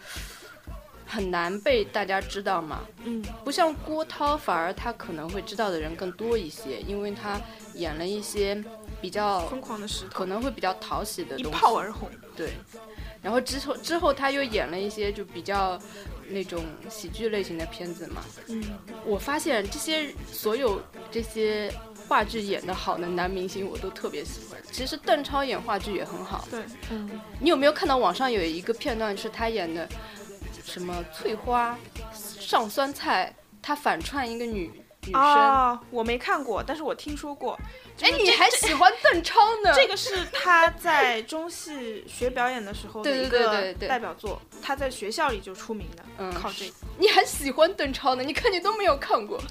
Speaker 1: 很难被大家知道嘛。
Speaker 2: 嗯
Speaker 1: 不像郭涛，反而他可能会知道的人更多一些，因为他演了一些比较
Speaker 2: 疯狂的石头
Speaker 1: 可能会比较讨喜的
Speaker 2: 一
Speaker 1: 哦东西。
Speaker 2: 炮而红，
Speaker 1: 对，然后之后之后他又演了一些就比较那种喜剧类型的片子嘛。
Speaker 2: 嗯，
Speaker 1: 我发现这些所有这些话剧演的好的男明星，我都特别喜欢。其实邓超演话剧也很好，
Speaker 2: 对，嗯，
Speaker 1: 你有没有看到网上有一个片段是他演的什么翠花上酸菜，他反串一个女女生？
Speaker 2: 啊，我没看过，但是我听说过，就
Speaker 1: 哎
Speaker 2: 是，
Speaker 1: 你
Speaker 2: 这
Speaker 1: 还喜欢邓超 *laughs* 呢？
Speaker 2: 这个是他在中戏学表演的时候的
Speaker 1: 对
Speaker 2: 一
Speaker 1: 对对
Speaker 2: 个
Speaker 1: 对对
Speaker 2: 代表作，他在学校里就出名的，
Speaker 1: 嗯
Speaker 2: 靠这个。
Speaker 1: 你还喜欢邓超呢？你看你都没有看过，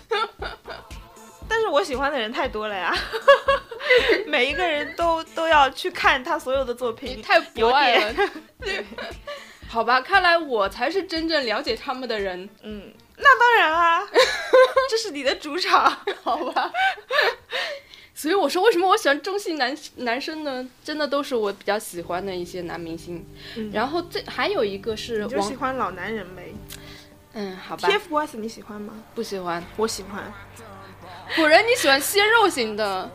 Speaker 2: 但是我喜欢的人太多
Speaker 1: *laughs*
Speaker 2: 了呀，每一个人都都要去看他所有的作
Speaker 1: 你
Speaker 2: 品。
Speaker 1: 太博爱
Speaker 2: 有
Speaker 1: 了。对好吧，看来我才是真正了解他们的人，
Speaker 2: 嗯，那当然啊，
Speaker 1: *laughs*
Speaker 2: 这是你的主场。
Speaker 1: 好吧。 *laughs* 所以我说，为什么我喜欢中性男男生呢？真的都是我比较喜欢的一些男明星。
Speaker 2: 嗯
Speaker 1: 然后最还有一个是
Speaker 2: 你就喜
Speaker 1: 王，
Speaker 2: 欢老男人没
Speaker 1: 嗯，好吧，
Speaker 2: ？TFBOYS 啊你喜欢吗？
Speaker 1: 不喜欢。
Speaker 2: 我喜欢。
Speaker 1: *laughs* 果然你喜欢鲜肉型的，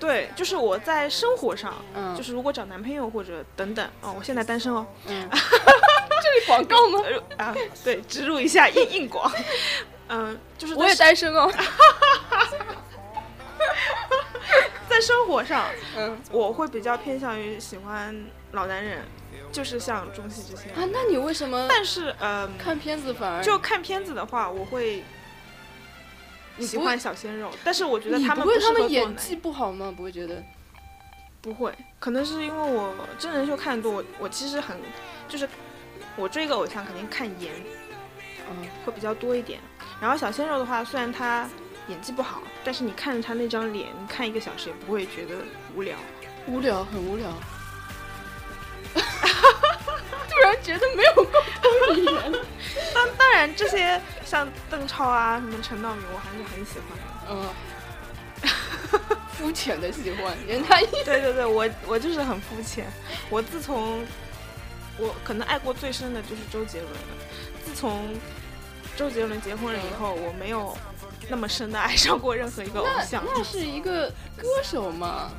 Speaker 2: 对，就是我在生活上，
Speaker 1: 嗯，
Speaker 2: 就是如果找男朋友或者等等，哦，我现在单
Speaker 1: *laughs*
Speaker 2: 身哦， *laughs*
Speaker 1: 嗯，这里广告吗？
Speaker 2: 呃啊，对，植入一下硬硬广，嗯，就是在
Speaker 1: 我也单身
Speaker 2: *laughs*
Speaker 1: 哦。
Speaker 2: 在生活上，
Speaker 1: 嗯
Speaker 2: 我会比较偏向于喜欢老男人，就是像中戏这些。
Speaker 1: 啊，那你为什么
Speaker 2: 但是，嗯、
Speaker 1: 看片子反而
Speaker 2: 就看片子的话，我会
Speaker 1: 你
Speaker 2: 喜
Speaker 1: 不
Speaker 2: 欢小鲜肉，但是我觉得
Speaker 1: 你
Speaker 2: 他
Speaker 1: 不
Speaker 2: 们
Speaker 1: 会
Speaker 2: 适
Speaker 1: 他
Speaker 2: 合
Speaker 1: 们
Speaker 2: 做
Speaker 1: 演
Speaker 2: 男
Speaker 1: 技不好吗？不会觉得？
Speaker 2: 不会，可能是因为我真人秀看得多，我我其实很就是我追一个偶像肯定看颜
Speaker 1: 嗯，
Speaker 2: 会比较多一点。然后小鲜肉的话，虽然他演技不好，但是你看着他那张脸，你看一个小时也不会觉得无聊。
Speaker 1: 无聊，很无聊。 *laughs* 突然觉得没有共同语言了。
Speaker 2: 当当然，这些像邓超啊、什么陈道明，我还是很喜欢的。
Speaker 1: 嗯，肤浅的喜欢，人家一
Speaker 2: 对对对，我我就是很肤浅。我自从我可能爱过最深的就是周杰伦了。自从周杰伦结婚了以后，我没有那么深的爱上过任何一个偶
Speaker 1: 那
Speaker 2: 像。
Speaker 1: 那是一个歌手嘛，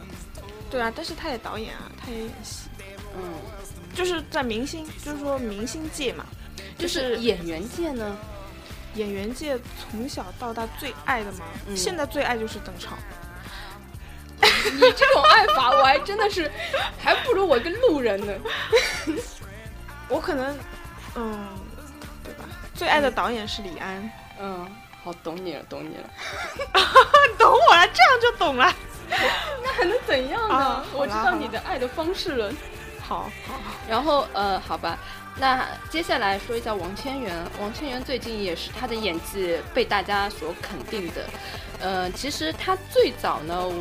Speaker 2: 对啊，但是他也导演啊，他也演戏，
Speaker 1: 嗯，
Speaker 2: 就是在明星，就是说明星界嘛，就
Speaker 1: 就是
Speaker 2: 是
Speaker 1: 演员界呢，
Speaker 2: 演员界从小到大最爱的嘛。
Speaker 1: 嗯
Speaker 2: 现在最爱就是邓超。
Speaker 1: 你这种爱法，我还真的是，还不如我跟路人呢。
Speaker 2: 我可能，嗯，对吧？最爱的导演是李安，
Speaker 1: 嗯，好，懂你了，懂你了。
Speaker 2: *laughs* 懂我了，这样就懂了。
Speaker 1: 那 *laughs* 还能怎样呢？
Speaker 2: 啊
Speaker 1: 我知
Speaker 2: 好啦
Speaker 1: 道
Speaker 2: 好
Speaker 1: 你
Speaker 2: 啦
Speaker 1: 的爱的方式了。
Speaker 2: 好，
Speaker 1: 然后呃，好吧，那接下来说一下王千源。王千源最近也是他的演技被大家所肯定的。呃，其实他最早呢，我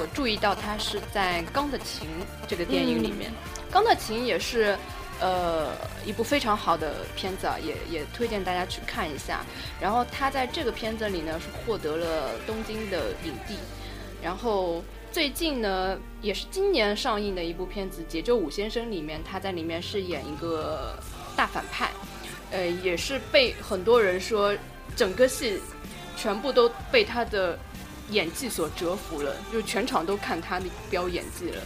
Speaker 1: 我注意到他是在《钢的琴》这个电影里面，钢的琴》也是。呃，一部非常好的片子啊，也也推荐大家去看一下。然后他在这个片子里呢是获得了东京的影帝，然后最近呢，也是今年上映的一部片子《解救武先生》里面，他在里面饰演一个大反派，呃，也是被很多人说整个戏全部都被他的演技所折服了，就是全场都看他的飙演技了。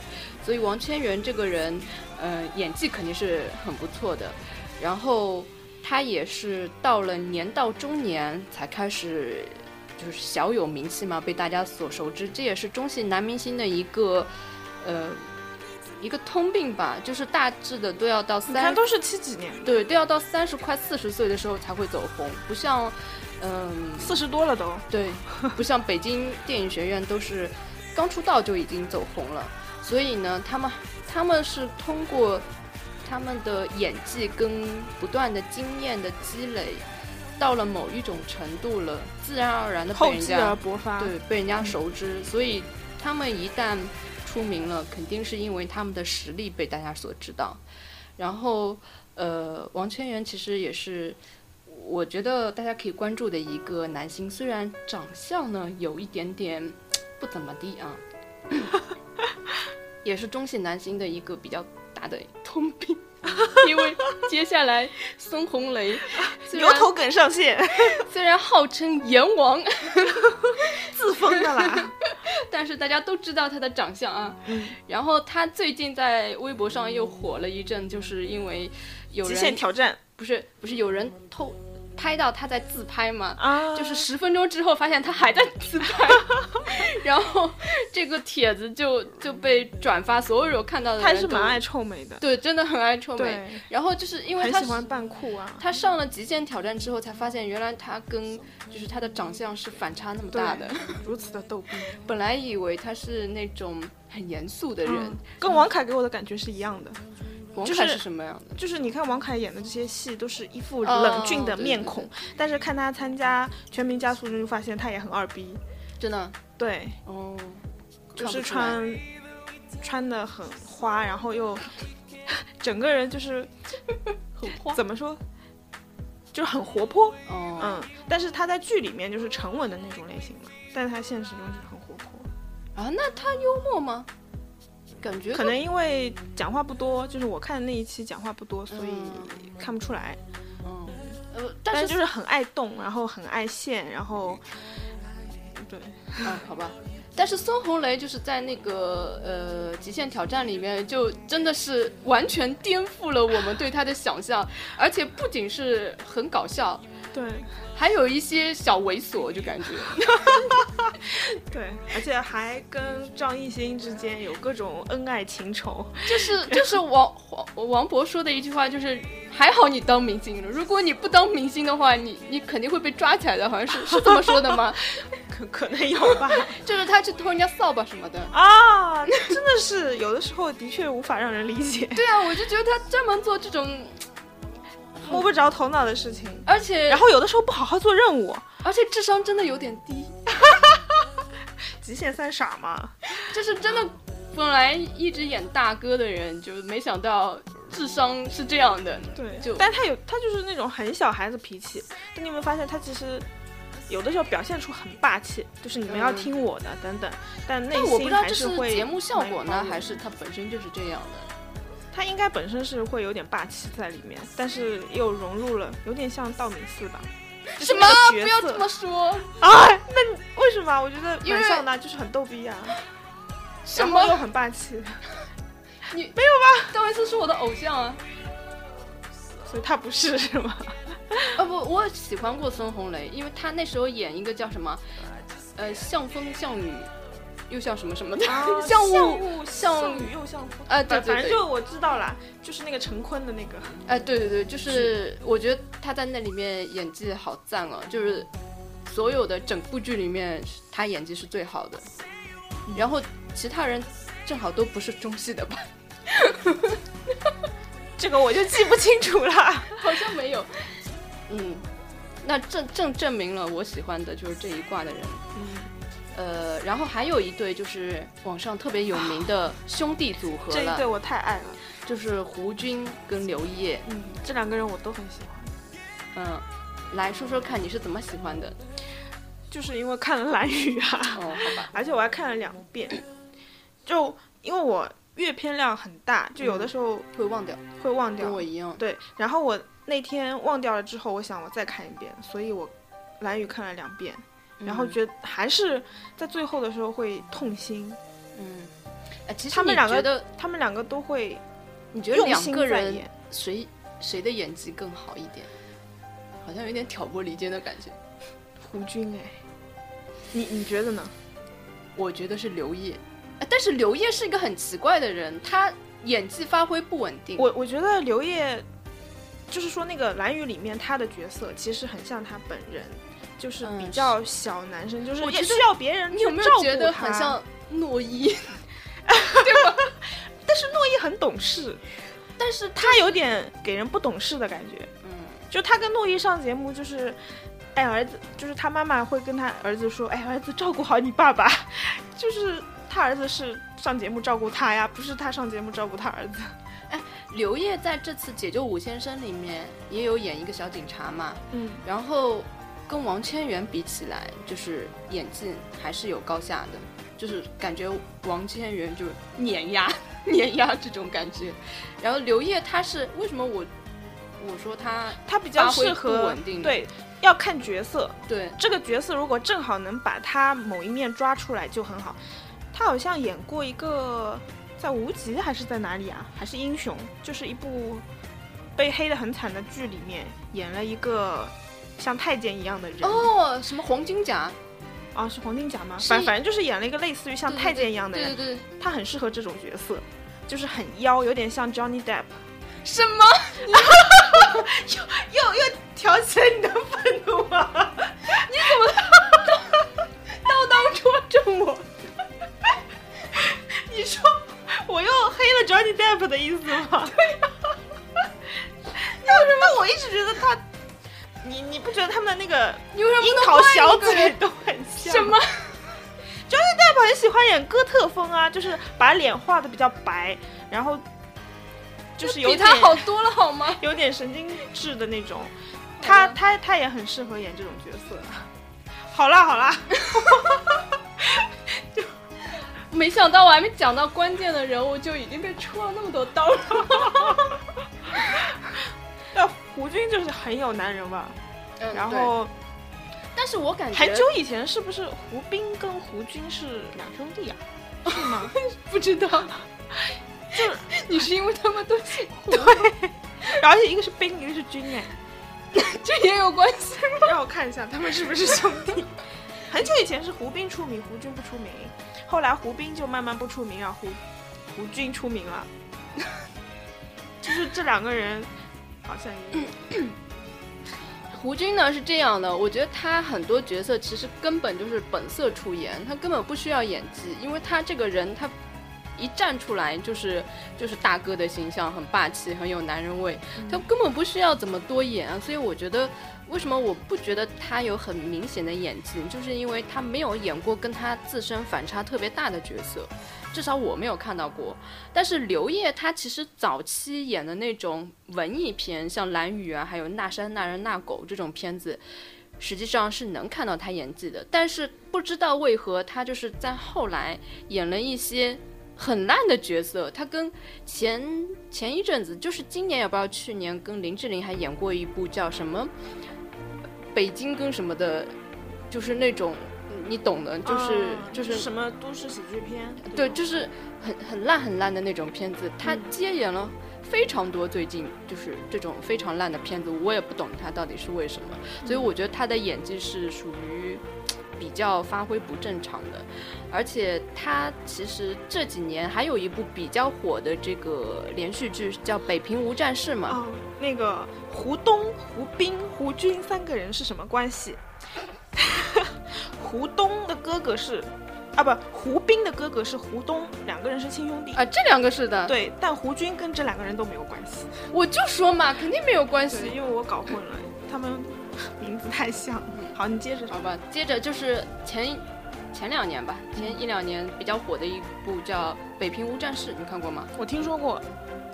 Speaker 1: 所以王千源这个人，呃，演技肯定是很不错的。然后他也是到了年到中年才开始，就是小有名气嘛，被大家所熟知。这也是中戏男明星的一个，呃，一个通病吧，就是大致的都要到
Speaker 2: 你
Speaker 1: 三
Speaker 2: 看都是七几年，
Speaker 1: 对，都要到三十快四十岁的时候才会走红，不像，嗯，
Speaker 2: 四十多了都。
Speaker 1: 对，不像北京电影学院都是刚出道就已经走红了，所以呢，他们他们是通过他们的演技跟不断的经验的积累，到了某一种程度了，自然而然的被
Speaker 2: 厚
Speaker 1: 人
Speaker 2: 积
Speaker 1: 家
Speaker 2: 而薄发。
Speaker 1: 对，被人家熟知，所以他们一旦出名了，肯定是因为他们的实力被大家所知道。然后，呃，王千源其实也是，我觉得大家可以关注的一个男星，虽然长相呢有一点点不怎么地啊，也是中性男星的一个比较大的通病。
Speaker 2: 嗯
Speaker 1: 因为接下来孙红雷虽
Speaker 2: 啊牛
Speaker 1: 然
Speaker 2: 头梗上线，
Speaker 1: 虽然号称阎王，
Speaker 2: *laughs* 自封的啦。
Speaker 1: 但是大家都知道他的长相啊。
Speaker 2: 嗯
Speaker 1: 然后他最近在微博上又火了一阵，就是因为有
Speaker 2: *laughs* 极限
Speaker 1: 人
Speaker 2: 挑战
Speaker 1: 不是不是有人偷拍到他在自拍嘛，
Speaker 2: 啊，
Speaker 1: 就是十分钟之后发现他还在自拍， *laughs* 然后这个帖子就就被转发，所有有看到的
Speaker 2: 他还
Speaker 1: 人
Speaker 2: 是
Speaker 1: 都
Speaker 2: 蛮爱臭美的，
Speaker 1: 对，真的很爱臭美。
Speaker 2: 对，
Speaker 1: 然后就是因为
Speaker 2: 很
Speaker 1: 他
Speaker 2: 喜欢扮酷啊。
Speaker 1: 他上了《极限挑战》之后，才发现原来他跟就是他的长相是反差那么大的。
Speaker 2: 如此的逗逼，
Speaker 1: 本来以为他是那种很严肃的人，
Speaker 2: 嗯，跟王凯给我的感觉是一样的，
Speaker 1: 王
Speaker 2: 就
Speaker 1: 凯
Speaker 2: 是
Speaker 1: 是什么样的？
Speaker 2: 就是你看王凯演的这些戏都是一副
Speaker 1: 哦
Speaker 2: 冷峻的
Speaker 1: 对
Speaker 2: 面
Speaker 1: 对
Speaker 2: 孔，但是看他参加《全民加速》就发现他也很二逼，
Speaker 1: 真的
Speaker 2: 对，
Speaker 1: 哦，
Speaker 2: 就
Speaker 1: 看
Speaker 2: 是
Speaker 1: 不出来
Speaker 2: 穿穿的很花，然后又整个人就是
Speaker 1: 很花
Speaker 2: 怎么说，就是很活泼，
Speaker 1: 哦，
Speaker 2: 嗯，但是他在剧里面就是沉稳的那种类型嘛，但是他现实中就是很活泼，
Speaker 1: 啊，那他幽默吗？感觉
Speaker 2: 可能因为讲话不多，就是我看那一期讲话不多，所以
Speaker 1: 嗯
Speaker 2: 看不出来，
Speaker 1: 嗯，呃，
Speaker 2: 但
Speaker 1: 但是
Speaker 2: 就是很爱动，然后很爱现，然后对，
Speaker 1: 啊，好吧。但是孙红雷就是在那个呃《极限挑战》里面，就真的是完全颠覆了我们对他的想象，而且不仅是很搞笑，
Speaker 2: 对
Speaker 1: 还有一些小猥琐，就感觉
Speaker 2: 对，而且还跟张艺兴之间有各种恩爱情仇，
Speaker 1: 就是就是王王王博说的一句话，就是还好你当明星了，如果你不当明星的话，你你肯定会被抓起来的，好像
Speaker 2: *laughs*
Speaker 1: 是是这么说的吗？
Speaker 2: 可可能有吧。
Speaker 1: 就是他去偷人家扫把什么的。
Speaker 2: 啊，真的是有的时候的确无法让人理解，
Speaker 1: 对啊，我就觉得他专门做这种，
Speaker 2: 摸不着头脑的事情。
Speaker 1: 而且
Speaker 2: 然后有的时候不好好做任务，
Speaker 1: 而且智商真的有点低，
Speaker 2: 极限三傻嘛。
Speaker 1: 就是真的本来一直演大哥的人，就是没想到智商是这样的。
Speaker 2: 对，
Speaker 1: 就
Speaker 2: 但他有他就是那种很小孩子脾气，但你有没有发现他其实有的时候表现出很霸气，就是你们要
Speaker 1: 嗯
Speaker 2: 听我的、等等，但内
Speaker 1: 但
Speaker 2: 心
Speaker 1: 我不知道
Speaker 2: 还
Speaker 1: 这
Speaker 2: 是
Speaker 1: 是
Speaker 2: 会
Speaker 1: 节目效果呢，
Speaker 2: 蛮
Speaker 1: 还是他本身就是这样的。
Speaker 2: 他应该本身是会有点霸气在里面，但是又融入了有点像道明寺吧。就是
Speaker 1: 什么
Speaker 2: 那个？
Speaker 1: 不
Speaker 2: 角
Speaker 1: 要
Speaker 2: 色
Speaker 1: 这么说！
Speaker 2: 啊！那你为什么？我觉得
Speaker 1: 因为
Speaker 2: 蛮像的，就是很逗逼啊，
Speaker 1: 什
Speaker 2: 然后又
Speaker 1: 么？
Speaker 2: 很霸气，
Speaker 1: 你没有吧？邓维斯是我的偶像啊！
Speaker 2: 所以他不是是吗？
Speaker 1: 啊不，我喜欢过孙红雷，因为他那时候演一个叫什么，呃，像风像雨，又像什么什么的，
Speaker 2: *laughs*
Speaker 1: 啊像雾，
Speaker 2: 啊雾
Speaker 1: 像
Speaker 2: 像雨又像风。
Speaker 1: 啊对
Speaker 2: 反
Speaker 1: 对
Speaker 2: 反正
Speaker 1: 对，
Speaker 2: 就我知道啦，就是那个陈坤的那个， *laughs*
Speaker 1: 哎对对对，就是我觉得他在那里面演技好赞哦，就是所有的整部剧里面他演技是最好的，然后其他人正好都不是中戏的吧，
Speaker 2: 这个我就记不清楚了。
Speaker 1: *laughs* 好像没有，嗯，那证证证明了我喜欢的就是这一挂的人。
Speaker 2: 嗯
Speaker 1: 呃，然后还有一对就是网上特别有名的兄弟组合
Speaker 2: 这一对
Speaker 1: 了，
Speaker 2: 我太爱了，
Speaker 1: 就是胡军跟刘烨。
Speaker 2: 嗯，这两个人我都很喜欢，
Speaker 1: 嗯，来说说看你是怎么喜欢的？
Speaker 2: 就是因为看了《蓝雨》啊， *laughs*
Speaker 1: 哦，好吧，
Speaker 2: 而且我还看了两遍，就因为我阅片量很大，就有的时候
Speaker 1: 会忘掉，
Speaker 2: 会忘
Speaker 1: 嗯
Speaker 2: 掉。
Speaker 1: 跟我一样。
Speaker 2: 对，然后我那天忘掉了之后，我想我再看一遍，所以我《蓝雨》看了两遍，
Speaker 1: 嗯
Speaker 2: 然后觉得还是在最后的时候会痛心。
Speaker 1: 嗯，哎，其实
Speaker 2: 他们
Speaker 1: 你
Speaker 2: 两个
Speaker 1: 觉得，
Speaker 2: 他们两个都会
Speaker 1: 你觉得
Speaker 2: 用
Speaker 1: 两
Speaker 2: 心
Speaker 1: 个
Speaker 2: 在
Speaker 1: 人
Speaker 2: 演，
Speaker 1: 谁谁的演技更好一点？好像有点挑拨离间的感觉。
Speaker 2: 胡军哎，你你觉得呢？
Speaker 1: 我觉得是刘烨，哎但是刘烨是一个很奇怪的人，他演技发挥不稳定。
Speaker 2: 我我觉得刘烨，就是说那个《蓝宇》里面他的角色其实很像他本人，就是
Speaker 1: 嗯
Speaker 2: 比较小男生，就是
Speaker 1: 我
Speaker 2: 也
Speaker 1: 觉得
Speaker 2: 需要别人
Speaker 1: 你有
Speaker 2: 去
Speaker 1: 没
Speaker 2: 照
Speaker 1: 有
Speaker 2: 顾
Speaker 1: 觉得
Speaker 2: 他
Speaker 1: 很像诺一？
Speaker 2: 他也很懂事，
Speaker 1: 但是
Speaker 2: 他有点给人不懂事的感觉。
Speaker 1: 嗯，
Speaker 2: 就他跟诺一上节目，就是，哎，儿子，就是他妈妈会跟他儿子说，哎，儿子照顾好你爸 *laughs* 爸，就是他儿子是上节目照顾他呀，不是他上节目照顾他儿子。
Speaker 1: 刘烨在这次《解救武先生》里面也有演一个小警察嘛，
Speaker 2: 嗯，
Speaker 1: 然后跟王千源比起来，就是演技还是有高下的，就是感觉王千源就碾压 *laughs* 碾压这种感觉。然后刘烨他是为什么我我说他
Speaker 2: 他比较
Speaker 1: 发挥
Speaker 2: 适
Speaker 1: 不
Speaker 2: 合
Speaker 1: 稳定
Speaker 2: 对，要看角色，
Speaker 1: 对
Speaker 2: 这个角色如果正好能把他某一面抓出来就很好。他好像演过一个在无极还是在哪里啊？还是英雄？就是一部被黑的很惨的剧里面演了一个像太监一样的人。
Speaker 1: 哦什么黄金甲，
Speaker 2: 啊，是黄金甲吗？
Speaker 1: 是
Speaker 2: 反反正就是演了一个类似于像
Speaker 1: 对对
Speaker 2: 太监一样的
Speaker 1: 对
Speaker 2: 人，
Speaker 1: 对对，
Speaker 2: 他很适合这种角色，就是很妖，有点像 Johnny Depp。
Speaker 1: 什么？
Speaker 2: 又又挑起了你的愤怒啊！
Speaker 1: 刀刀戳中我，
Speaker 2: *laughs* 你说我又黑了 Johnny Depp 的意思吗？
Speaker 1: 啊
Speaker 2: 那什么？我一直觉得他，你你不觉得他们的那个
Speaker 1: 你为什么
Speaker 2: 樱
Speaker 1: 能
Speaker 2: 桃
Speaker 1: 换一
Speaker 2: 小
Speaker 1: 个
Speaker 2: 嘴
Speaker 1: 人
Speaker 2: 都很像？
Speaker 1: 什么？
Speaker 2: ？Johnny Depp 很喜欢演哥特风啊，就是把脸画的比较白，然后就是有
Speaker 1: 比
Speaker 2: 点
Speaker 1: 他好多了好吗？
Speaker 2: 有点神经质的那种。他他他也很适合演这种角色。 *laughs* 好啦好 *laughs* 啦，
Speaker 1: 没想到我还没讲到关键的人物，就已经被戳了那么多刀了。
Speaker 2: 那胡军就是很有男人味儿，
Speaker 1: 嗯
Speaker 2: 然，后
Speaker 1: 对但是我感觉
Speaker 2: 很久以前是不是胡兵跟胡军是两兄弟啊？是吗？
Speaker 1: 不知道，就是 *laughs* 你是因为他 *laughs* 们都姓胡，
Speaker 2: 而且一个是兵，一个是军哎。
Speaker 1: 这也有关系。
Speaker 2: 让我看一下他们是不是兄弟。很久以前是胡兵出名，胡军不出名。后来胡兵就慢慢不出名了，胡胡军出名了。就是这两个人好像也有
Speaker 1: 胡军呢是这样的，我觉得他很多角色其实根本就是本色出演，他根本不需要演技，因为他这个人他一站出来就是就是大哥的形象，很霸气，很有男人味，他根本不需要怎么多演啊。所以我觉得为什么我不觉得他有很明显的演技，就是因为他没有演过跟他自身反差特别大的角色。至少我没有看到过，但是刘烨他其实早期演的那种文艺片，像《蓝雨》啊，还有《那山那人那狗》这种片子，实际上是能看到他演技的。但是不知道为何，他就是在后来演了一些很烂的角色。他跟前前一阵子，就是今年也不知道去年，跟林志玲还演过一部叫什么《北京》跟什么的，就是那种你懂的，就是、
Speaker 2: 嗯
Speaker 1: 就是
Speaker 2: 什么都市喜剧片，
Speaker 1: 对，
Speaker 2: 吧
Speaker 1: 就是很很烂很烂的那种片子，他
Speaker 2: 嗯
Speaker 1: 接演了非常多，最近就是这种非常烂的片子，我也不懂他到底是为什么，
Speaker 2: 嗯
Speaker 1: 所以我觉得他的演技是属于比较发挥不正常的，而且他其实这几年还有一部比较火的这个连续剧叫《北平无战事》嘛，
Speaker 2: 嗯，那个胡东、胡兵、胡军三个人是什么关系？ *laughs* 胡东的哥哥是，啊不，胡兵的哥哥是胡东，两个人是亲兄弟。
Speaker 1: 啊，这两个是的，
Speaker 2: 对，但胡军跟这两个人都没有关系。
Speaker 1: 我就说嘛，肯定没有关系
Speaker 2: 对，，因为我搞混了，他们名字太像了。好，你接着说
Speaker 1: 好。吧，接着就是前一前两年吧，前一两年比较火的一部叫《北平无战事》，你看过吗？
Speaker 2: 我听说过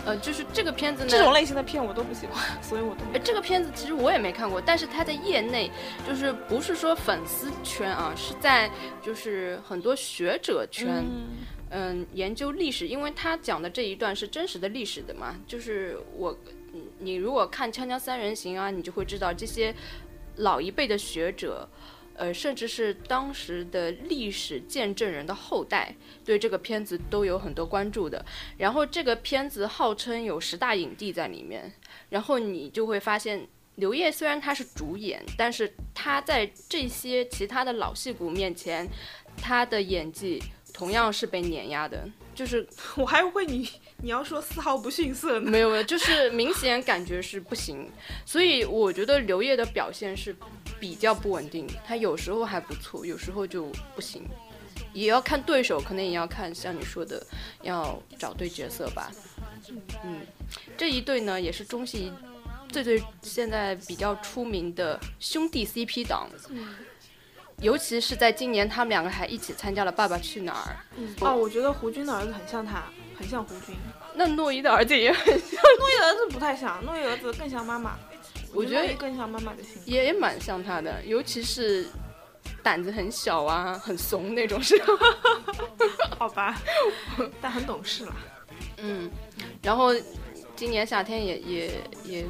Speaker 1: 呃，就是这个片子呢，
Speaker 2: 这种类型的片我都不喜欢，所以我都
Speaker 1: 呃
Speaker 2: 没
Speaker 1: 这个片子其实我也没看过，但是它在业内就是不是说粉丝圈啊，是在就是很多学者圈，
Speaker 2: 嗯
Speaker 1: 嗯，研究历史，因为他讲的这一段是真实的历史的嘛，就是我，嗯你如果看《锵锵三人行》啊，你就会知道这些老一辈的学者，呃，甚至是当时的历史见证人的后代对这个片子都有很多关注的。然后这个片子号称有十大影帝在里面，然后你就会发现，刘烨虽然他是主演，但是他在这些其他的老戏骨面前，他的演技同样是被碾压的，就是
Speaker 2: 我还会你你要说丝毫不逊色呢。
Speaker 1: 没有没有，就是明显感觉是不行，所以我觉得刘烨的表现是比较不稳定，他有时候还不错，有时候就不行，也要看对手，可能也要看像你说的，要找对角色吧。嗯，这一对呢也是中戏最最现在比较出名的兄弟 CP 档。尤其是在今年，他们两个还一起参加了《爸爸去哪儿》。
Speaker 2: 哦，我觉得胡军的儿子很像他，很像胡军。
Speaker 1: 那诺一的 *laughs* 儿子也
Speaker 2: 诺一儿子不太像，诺一儿子更像妈妈。
Speaker 1: 我觉得
Speaker 2: 诺一更像妈妈的性格。
Speaker 1: 也也蛮像他的，尤其是胆子很小啊，很怂那种是吧。
Speaker 2: 好吧， *laughs* 但很懂事了。
Speaker 1: 嗯，然后今年夏天也也也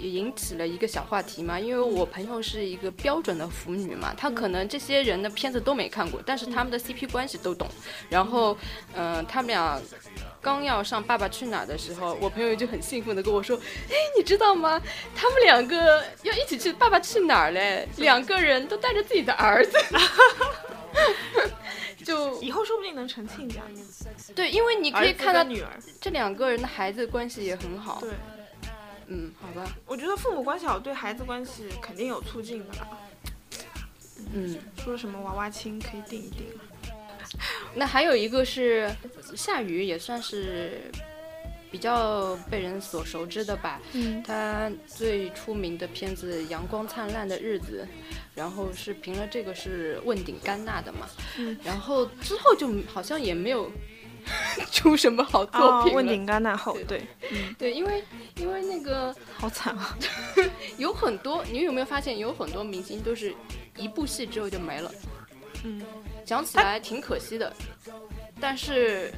Speaker 1: 也引起了一个小话题嘛，因为我朋友是一个标准的腐女嘛，她可能这些人的片子都没看过，但是他们的 CP 关系都懂。然后，嗯、他们俩刚要上《爸爸去哪儿》的时候，我朋友就很兴奋的跟我说：“哎，你知道吗？他们两个要一起去《爸爸去哪儿》嘞，两个人都带着自己的儿子。” *laughs* 就
Speaker 2: 以后说不定能成亲家，
Speaker 1: 对，因为你
Speaker 2: 你
Speaker 1: 可以看到哦
Speaker 2: 女儿。
Speaker 1: 这两个人的孩子关系也很好。
Speaker 2: 对，
Speaker 1: 嗯，好吧，
Speaker 2: 我觉得父母关系好对孩子关系肯定有促进的啦。
Speaker 1: 嗯，
Speaker 2: 说什么娃娃亲可以定一定。
Speaker 1: 那还有一个是夏雨，也算是比较被人所熟知的吧。
Speaker 2: 嗯，
Speaker 1: 他最出名的片子《阳光灿烂的日子》，然后是凭了这个是问鼎戛纳的嘛。
Speaker 2: 嗯
Speaker 1: 然后之后就好像也没有 *laughs* 出什么好作
Speaker 2: 哦，
Speaker 1: 品
Speaker 2: 问
Speaker 1: 了。
Speaker 2: 鼎戛纳后，对，
Speaker 1: 对，因为因为那个
Speaker 2: 好惨
Speaker 1: *laughs*
Speaker 2: 啊。
Speaker 1: 有很多，你有没有发现有很多明星都是一部戏之后就没了？
Speaker 2: 嗯，
Speaker 1: 讲起来挺可惜的，但是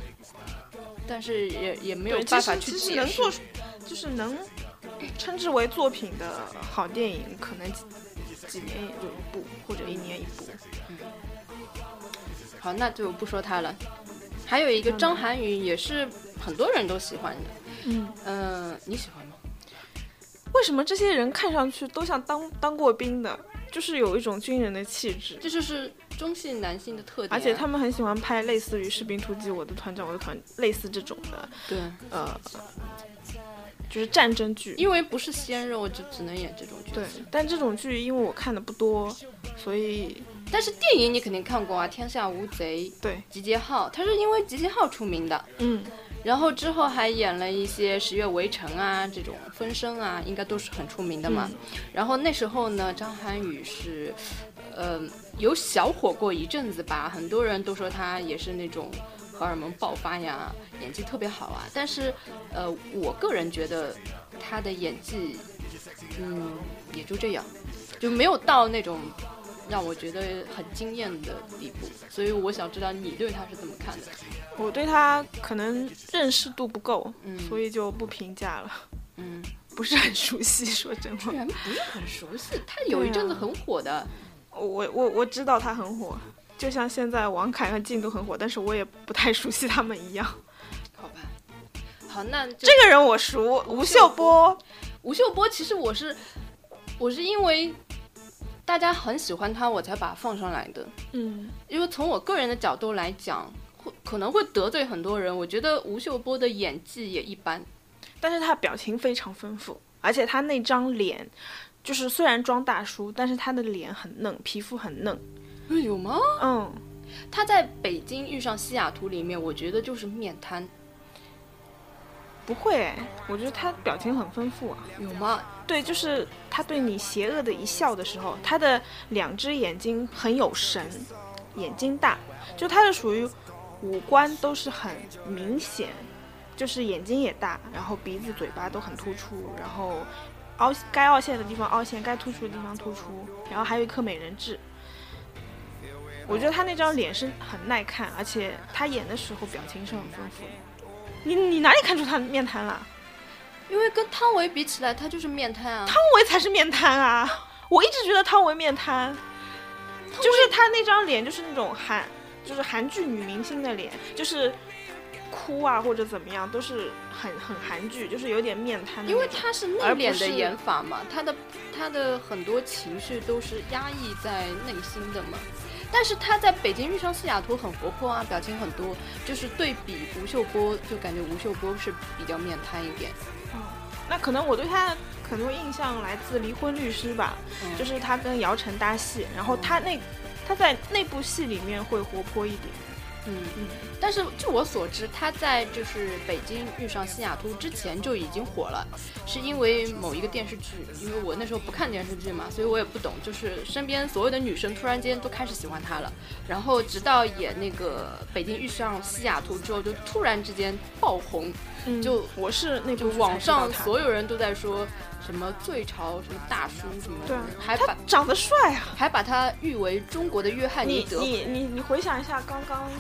Speaker 1: 但是也也没有
Speaker 2: 对，其
Speaker 1: 办法
Speaker 2: 实
Speaker 1: 去
Speaker 2: 其实
Speaker 1: 解
Speaker 2: 能
Speaker 1: 释
Speaker 2: 做。出，就是能称之为作品的好电影，可能几几年也就一部，或者一年一部。
Speaker 1: 好，那就不说他了。还有一个张涵予也是很多人都喜欢的，
Speaker 2: 嗯，
Speaker 1: 嗯、你喜欢吗？
Speaker 2: 为什么这些人看上去都像当当过兵的，就是有一种军人的气质，
Speaker 1: 这就是中性男性的特点啊，
Speaker 2: 而且他们很喜欢拍类似于《士兵突击》《我的团长》我的团类似这种的，
Speaker 1: 对，
Speaker 2: 呃，就是战争剧。
Speaker 1: 因为不是鲜肉就只能演这种角
Speaker 2: 对
Speaker 1: 色。，
Speaker 2: 但这种剧因为我看的不多，所以
Speaker 1: 但是电影你肯定看过啊，《天下无贼》《
Speaker 2: 对，
Speaker 1: 集结号》，他是因为《集结号》出名的。
Speaker 2: 嗯，
Speaker 1: 然后之后还演了一些《十月围城》啊，这种《风声》啊，应该都是很出名的嘛。然后那时候呢，张涵予是，呃，有小火过一阵子吧，很多人都说他也是那种荷尔蒙爆发呀，演技特别好啊。但是，呃，我个人觉得他的演技，嗯，也就这样，就没有到那种。让我觉得很惊艳的地步，所以我想知道你对他是怎么看的？
Speaker 2: 我对他可能认识度不够，
Speaker 1: 嗯，
Speaker 2: 所
Speaker 1: 以
Speaker 2: 以就不评价了， *laughs*
Speaker 1: 嗯，
Speaker 2: 不是很熟悉。说真话
Speaker 1: 居，然不是很熟悉。他有一阵子很火的，
Speaker 2: 我我我知道他很火，就像现在王凯和靳都很火，但是我也不太熟悉他们一样。
Speaker 1: 好吧。好，那这
Speaker 2: 这个人我熟，吴秀波，
Speaker 1: 吴秀波，其实我是我是因为大家很喜欢他，我才把他放上来的。
Speaker 2: 嗯，
Speaker 1: 因为从我个人的角度来讲，会可能会得罪很多人。我觉得吴秀波的演技也一般，
Speaker 2: 但是他表情非常丰富，而且他那张脸，就是虽然装大叔，但是他的脸很嫩，皮肤很嫩。
Speaker 1: 哎有吗？
Speaker 2: 嗯，
Speaker 1: 他在北京遇上西雅图里面，我觉得就是面瘫，
Speaker 2: 不会哎，我觉得他表情很丰富啊。
Speaker 1: 有吗？
Speaker 2: 对，就是他对你邪恶的一笑的时候，他的两只眼睛很有神，眼睛大，就他是属于五官都是很明显，就是眼睛也大，然后鼻子、嘴巴都很突出，然后凹该凹陷的地方凹陷，该突出的地方突出，然后还有一颗美人痣。我觉得他那张脸是很耐看，而且他演的时候表情是很丰富的。你你哪里看出他面瘫了？
Speaker 1: 因为跟汤唯比起来，他就是面瘫啊。
Speaker 2: 汤唯才是面瘫啊！我一直觉得汤唯面瘫，就是她那张脸就是那种韩，就是韩剧女明星的脸，就是哭啊或者怎么样都是很很韩剧，就是有点面瘫的那
Speaker 1: 因
Speaker 2: 种。
Speaker 1: 为他是内
Speaker 2: 而不
Speaker 1: 敛的
Speaker 2: 是
Speaker 1: 演法嘛，他的他的很多情绪都是压抑在内心的嘛。但是他在北京遇上西雅图很活泼啊，表情很多，就是对比吴秀波，就感觉吴秀波是比较面瘫一点。
Speaker 2: 嗯那可能我对她的很多印象来自《离婚律师》吧，
Speaker 1: 嗯
Speaker 2: 就是她跟姚晨搭戏，然后她那她在那部戏里面会活泼一点。
Speaker 1: 嗯
Speaker 2: 嗯，
Speaker 1: 但是据我所知，他在就是北京遇上西雅图之前就已经火了，是因为某一个电视剧。因为我那时候不看电视剧嘛，所以我也不懂，就是身边所有的女生突然间都开始喜欢他了。然后直到演那个《北京遇上西雅图》之后，就突然之间爆红，
Speaker 2: 嗯
Speaker 1: 就
Speaker 2: 我是那
Speaker 1: 就
Speaker 2: 部剧才
Speaker 1: 网
Speaker 2: 知道
Speaker 1: 上
Speaker 2: 她
Speaker 1: 所有人都在说什么最潮什么大叔什么，
Speaker 2: 对啊
Speaker 1: 还
Speaker 2: 他
Speaker 1: 把
Speaker 2: 长得帅啊。
Speaker 1: 还把他誉为中国的约翰尼
Speaker 2: 你
Speaker 1: 德普。
Speaker 2: 你你你回想一下刚刚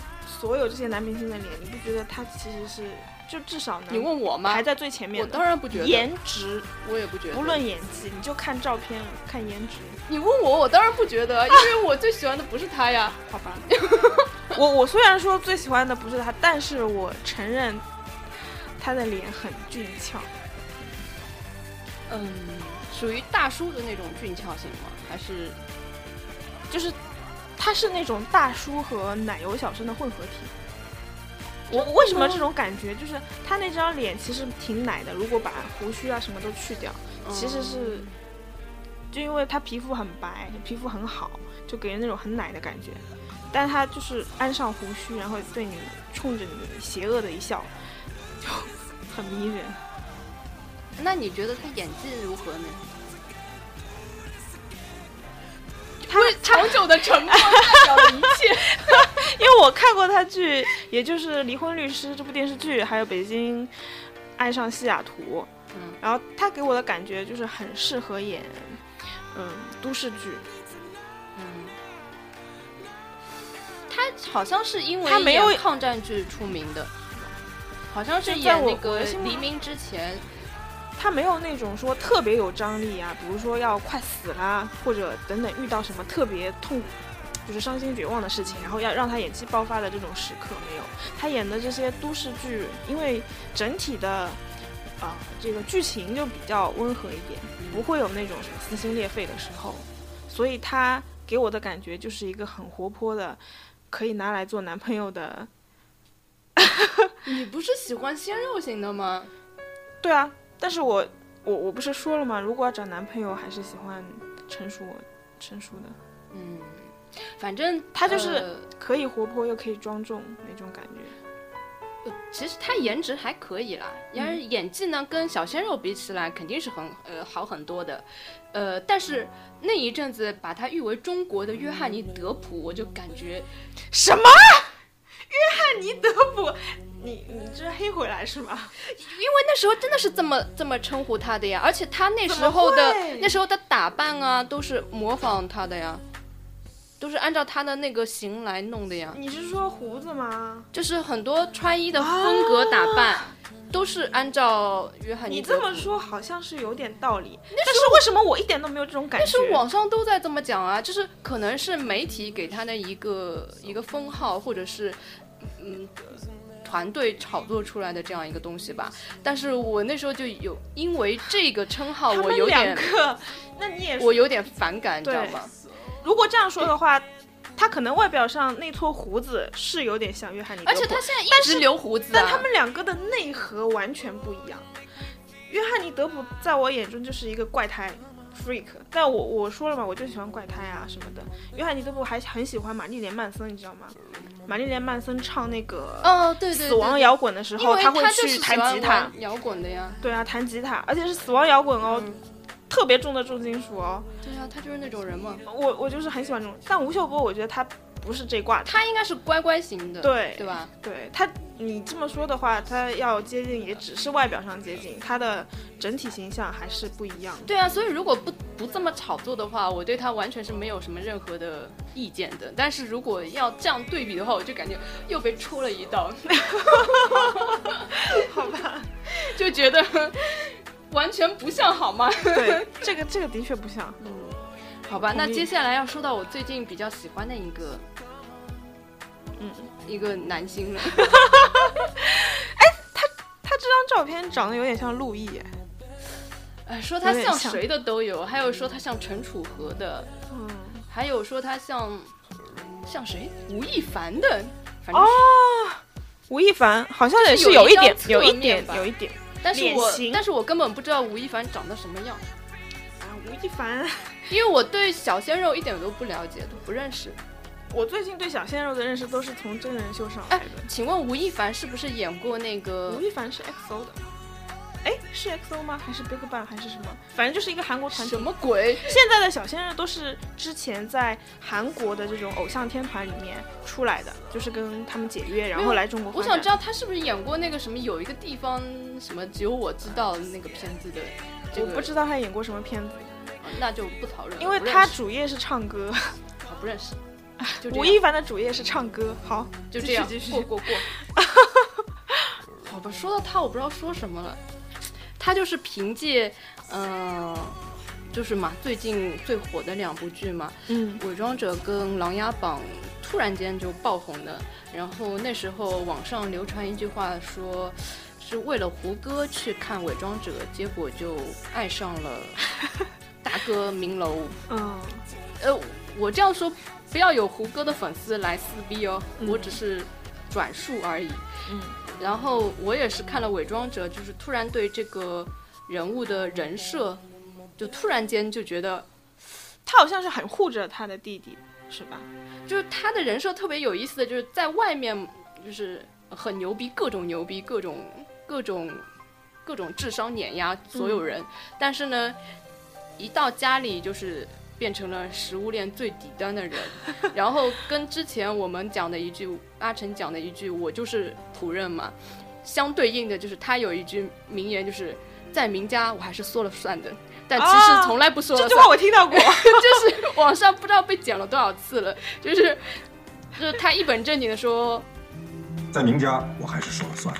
Speaker 2: 所有这些男明星的脸，你不觉得他其实是就至少能
Speaker 1: 你问我吗
Speaker 2: 排？在最前面
Speaker 1: 我
Speaker 2: 的？
Speaker 1: 当然不觉得，
Speaker 2: 颜值，
Speaker 1: 我也不觉得。
Speaker 2: 不论演技，你就看照片看颜值，
Speaker 1: 你问我，我当然不觉得，因为我最喜欢的不是他呀。*laughs*
Speaker 2: 好吧。我我虽然说最喜欢的不是他，但是我承认他的脸很俊俏，
Speaker 1: 嗯，属于大叔的那种俊俏型吗？还是
Speaker 2: 就是他是那种大叔和奶油小生的混合体。我为
Speaker 1: 嗯
Speaker 2: 什么这种感觉？就是他那张脸其实挺奶的，如果把胡须啊什么都去掉，
Speaker 1: 嗯
Speaker 2: 其实是，
Speaker 1: 哦
Speaker 2: 就因为他皮肤很白，皮肤很好，就给人那种很奶的感觉。但他就是安上胡须，然后对你冲着你邪恶的一笑，就很迷人。
Speaker 1: 那你觉得他演技如何呢？
Speaker 2: 他
Speaker 1: 长久的沉 *laughs* 默代表了一切。
Speaker 2: 因为我看过他剧，也就是《离婚律师》这部电视剧，还有《北京爱上西雅图》。
Speaker 1: 嗯
Speaker 2: 然后他给我的感觉就是很适合演，嗯，都市剧。
Speaker 1: 嗯，他好像是因为
Speaker 2: 他没有
Speaker 1: 演抗战剧出名的，好像是
Speaker 2: 就在
Speaker 1: 演
Speaker 2: 我
Speaker 1: 那
Speaker 2: 我
Speaker 1: 个
Speaker 2: 的心目
Speaker 1: 黎
Speaker 2: 中
Speaker 1: 明之前。
Speaker 2: 他没有那种说特别有张力啊，比如说要快死啦，或者等等遇到什么特别痛，就是伤心绝望的事情，然后要让他演技爆发的这种时刻没有。他演的这些都市剧，因为整体的啊、这个剧情就比较温和一点，不会有那种什么撕心裂肺的时候，所以他给我的感觉就是一个很活泼的，可以拿来做男朋友的。
Speaker 1: 你不是喜欢鲜肉型的吗？
Speaker 2: 对啊，但是我我我不是说了吗？如果要找男朋友，还是喜欢成熟成熟的，
Speaker 1: 嗯，反正
Speaker 2: 他就是
Speaker 1: 呃
Speaker 2: 可以活泼又可以庄重那种感觉。
Speaker 1: 呃其实他颜值还可以啦，
Speaker 2: 嗯
Speaker 1: 然而演技呢，跟小鲜肉比起来肯定是很呃好很多的，呃，但是那一阵子把他誉为中国的约翰尼德普，我就感觉
Speaker 2: 什么？约翰尼德普，你你这黑回来是吗？
Speaker 1: 那时候真的是这么这么称呼他的呀，而且他那时候的
Speaker 2: 怎么会
Speaker 1: 那时候的打扮啊，都是模仿他的呀，都是按照他的那个型来弄的呀，
Speaker 2: *laughs* 你是说胡子吗？
Speaker 1: 就是很多穿衣的
Speaker 2: 啊
Speaker 1: 风格打扮。都是按照约翰尼
Speaker 2: 你
Speaker 1: 德
Speaker 2: 这
Speaker 1: 普。
Speaker 2: 么说好像是有点道理，但是为什么我一点都没有这种感觉？
Speaker 1: 但是网上都在这么讲啊，就是可能是媒体给他的一个一个封号，或者是嗯团队炒作出来的这样一个东西吧。但是我那时候就有因为这个称号，
Speaker 2: 他
Speaker 1: 我
Speaker 2: 们
Speaker 1: 有
Speaker 2: 两
Speaker 1: 点
Speaker 2: 个，那你也说
Speaker 1: 我有点反感，你知道
Speaker 2: 对
Speaker 1: 吗？
Speaker 2: 如果这样说的话，他可能外表上那撮胡子是有点像约翰尼德
Speaker 1: 而
Speaker 2: 普，
Speaker 1: 且他现在一直留胡子、啊，
Speaker 2: 但他们两个的内核完全不一样。约翰尼·德普在我眼中就是一个怪胎 freak，但我我说了嘛，我就喜欢怪胎啊什么的。约翰尼·德普还很喜欢玛丽莲·曼森，你知道吗？玛丽莲·曼森唱那个
Speaker 1: 哦，对对对，
Speaker 2: 死亡摇滚的时
Speaker 1: 因
Speaker 2: 候，
Speaker 1: 为
Speaker 2: 会
Speaker 1: 就是
Speaker 2: 去
Speaker 1: 喜
Speaker 2: 弹
Speaker 1: 欢
Speaker 2: 吉他
Speaker 1: 玩，摇滚的呀。
Speaker 2: 对啊，弹吉他，而且是死亡摇滚哦，
Speaker 1: 嗯
Speaker 2: 特别重的重金属哦。
Speaker 1: 对啊呀、他就是那种人嘛。
Speaker 2: 我我就是很喜欢这种，但吴秀波我觉得他不是这挂的，
Speaker 1: 他应该是乖乖型的，
Speaker 2: 对
Speaker 1: 对吧？
Speaker 2: 对他，你这么说的话，他要接近也只是外表上接近，他的整体形象还是不一样的。
Speaker 1: 对啊，所以如果不不这么炒作的话，我对他完全是没有什么任何的意见的。但是如果要这样对比的话，我就感觉又被戳了一刀， *laughs*
Speaker 2: 好吧，
Speaker 1: 就觉 *laughs* 得完全不像好吗？
Speaker 2: *laughs* 对，这个这个的确不像。
Speaker 1: 好吧，那
Speaker 2: 同意
Speaker 1: 接下来要说到我最近比较喜欢的一个，
Speaker 2: 嗯，
Speaker 1: 一个男星了。
Speaker 2: *laughs* 他这张照片长得有点像陆毅耶，
Speaker 1: 哎，说他
Speaker 2: 有点
Speaker 1: 像
Speaker 2: 像
Speaker 1: 谁的都有，还有说他像陈楚河的，
Speaker 2: 嗯，
Speaker 1: 还有说他像像谁吴亦凡的，反正
Speaker 2: 哦，吴亦凡好像也
Speaker 1: 就是有
Speaker 2: 有
Speaker 1: 一
Speaker 2: 一
Speaker 1: 张
Speaker 2: 点，
Speaker 1: 侧
Speaker 2: 有一
Speaker 1: 面
Speaker 2: 点，
Speaker 1: 吧
Speaker 2: 有一点。
Speaker 1: 但是我
Speaker 2: 脸型
Speaker 1: 但是我根本不知道吴亦凡长得什么样，
Speaker 2: 啊，吴亦凡，
Speaker 1: 因为我对小鲜肉一点都不了解，都不认识。
Speaker 2: 我最近对小鲜肉的认识都是从真人秀上来
Speaker 1: 哎
Speaker 2: 的。，
Speaker 1: 请问吴亦凡是不是演过那个
Speaker 2: 吴亦凡是 XO 的，哎，是 XO 吗？还是 BigBang 还是什么？反正就是一个韩国团体
Speaker 1: 什。么鬼？
Speaker 2: 现在的小鲜肉都是之前在韩国的这种偶像天团里面出来的，就是跟他们解约，然后来中国发
Speaker 1: 我
Speaker 2: 展。
Speaker 1: 想知道他是不是演过那个什么有一个地方什么只有我知道那个片子的、这个，
Speaker 2: 我不知道他演过什么片子，
Speaker 1: 啊，那就不讨论了，
Speaker 2: 因为
Speaker 1: 不认
Speaker 2: 他
Speaker 1: 识
Speaker 2: 主业是唱歌，
Speaker 1: 好不认识，就这
Speaker 2: 吴
Speaker 1: 样
Speaker 2: 亦凡的主业是唱歌。好，
Speaker 1: 就这
Speaker 2: 继续
Speaker 1: 样
Speaker 2: 继续
Speaker 1: 过过过。
Speaker 2: *laughs*
Speaker 1: 好吧，说到他我不知道说什么了，他就是凭借嗯、呃就是嘛最近最火的两部剧嘛，
Speaker 2: 嗯，
Speaker 1: 《伪装者》跟《琅琊榜》突然间就爆红的，然后那时候网上流传一句话说，是为了胡歌去看《伪装者》，结果就爱上了
Speaker 2: *laughs*
Speaker 1: 大哥明楼。
Speaker 2: 嗯，
Speaker 1: 呃，我这样说不要有胡歌的粉丝来撕逼哦，
Speaker 2: 嗯
Speaker 1: 我只是转述而已。
Speaker 2: 嗯，
Speaker 1: 然后我也是看了《伪装者》，就是突然对这个人物的人设，就突然间就觉得
Speaker 2: 他好像是很护着他的弟弟，是吧？
Speaker 1: 就是他的人设特别有意思的，就是在外面就是很牛逼，各种牛逼，各种各种各种智商碾压所有
Speaker 2: 嗯
Speaker 1: 人，但是呢，一到家里就是变成了食物链最底端的人，然后跟之前我们讲的一句阿成讲的一句“我就是仆人嘛”，相对应的就是他有一句名言，就是在名家我还是说了算的，但其实
Speaker 2: 啊
Speaker 1: 从来不说了
Speaker 2: 这
Speaker 1: 算。
Speaker 2: 句话我听
Speaker 1: *laughs*
Speaker 2: 到过。
Speaker 1: 就是网上不知道被剪了多少次了，就是就是他一本正经的说，
Speaker 3: 在名家我还是说了算。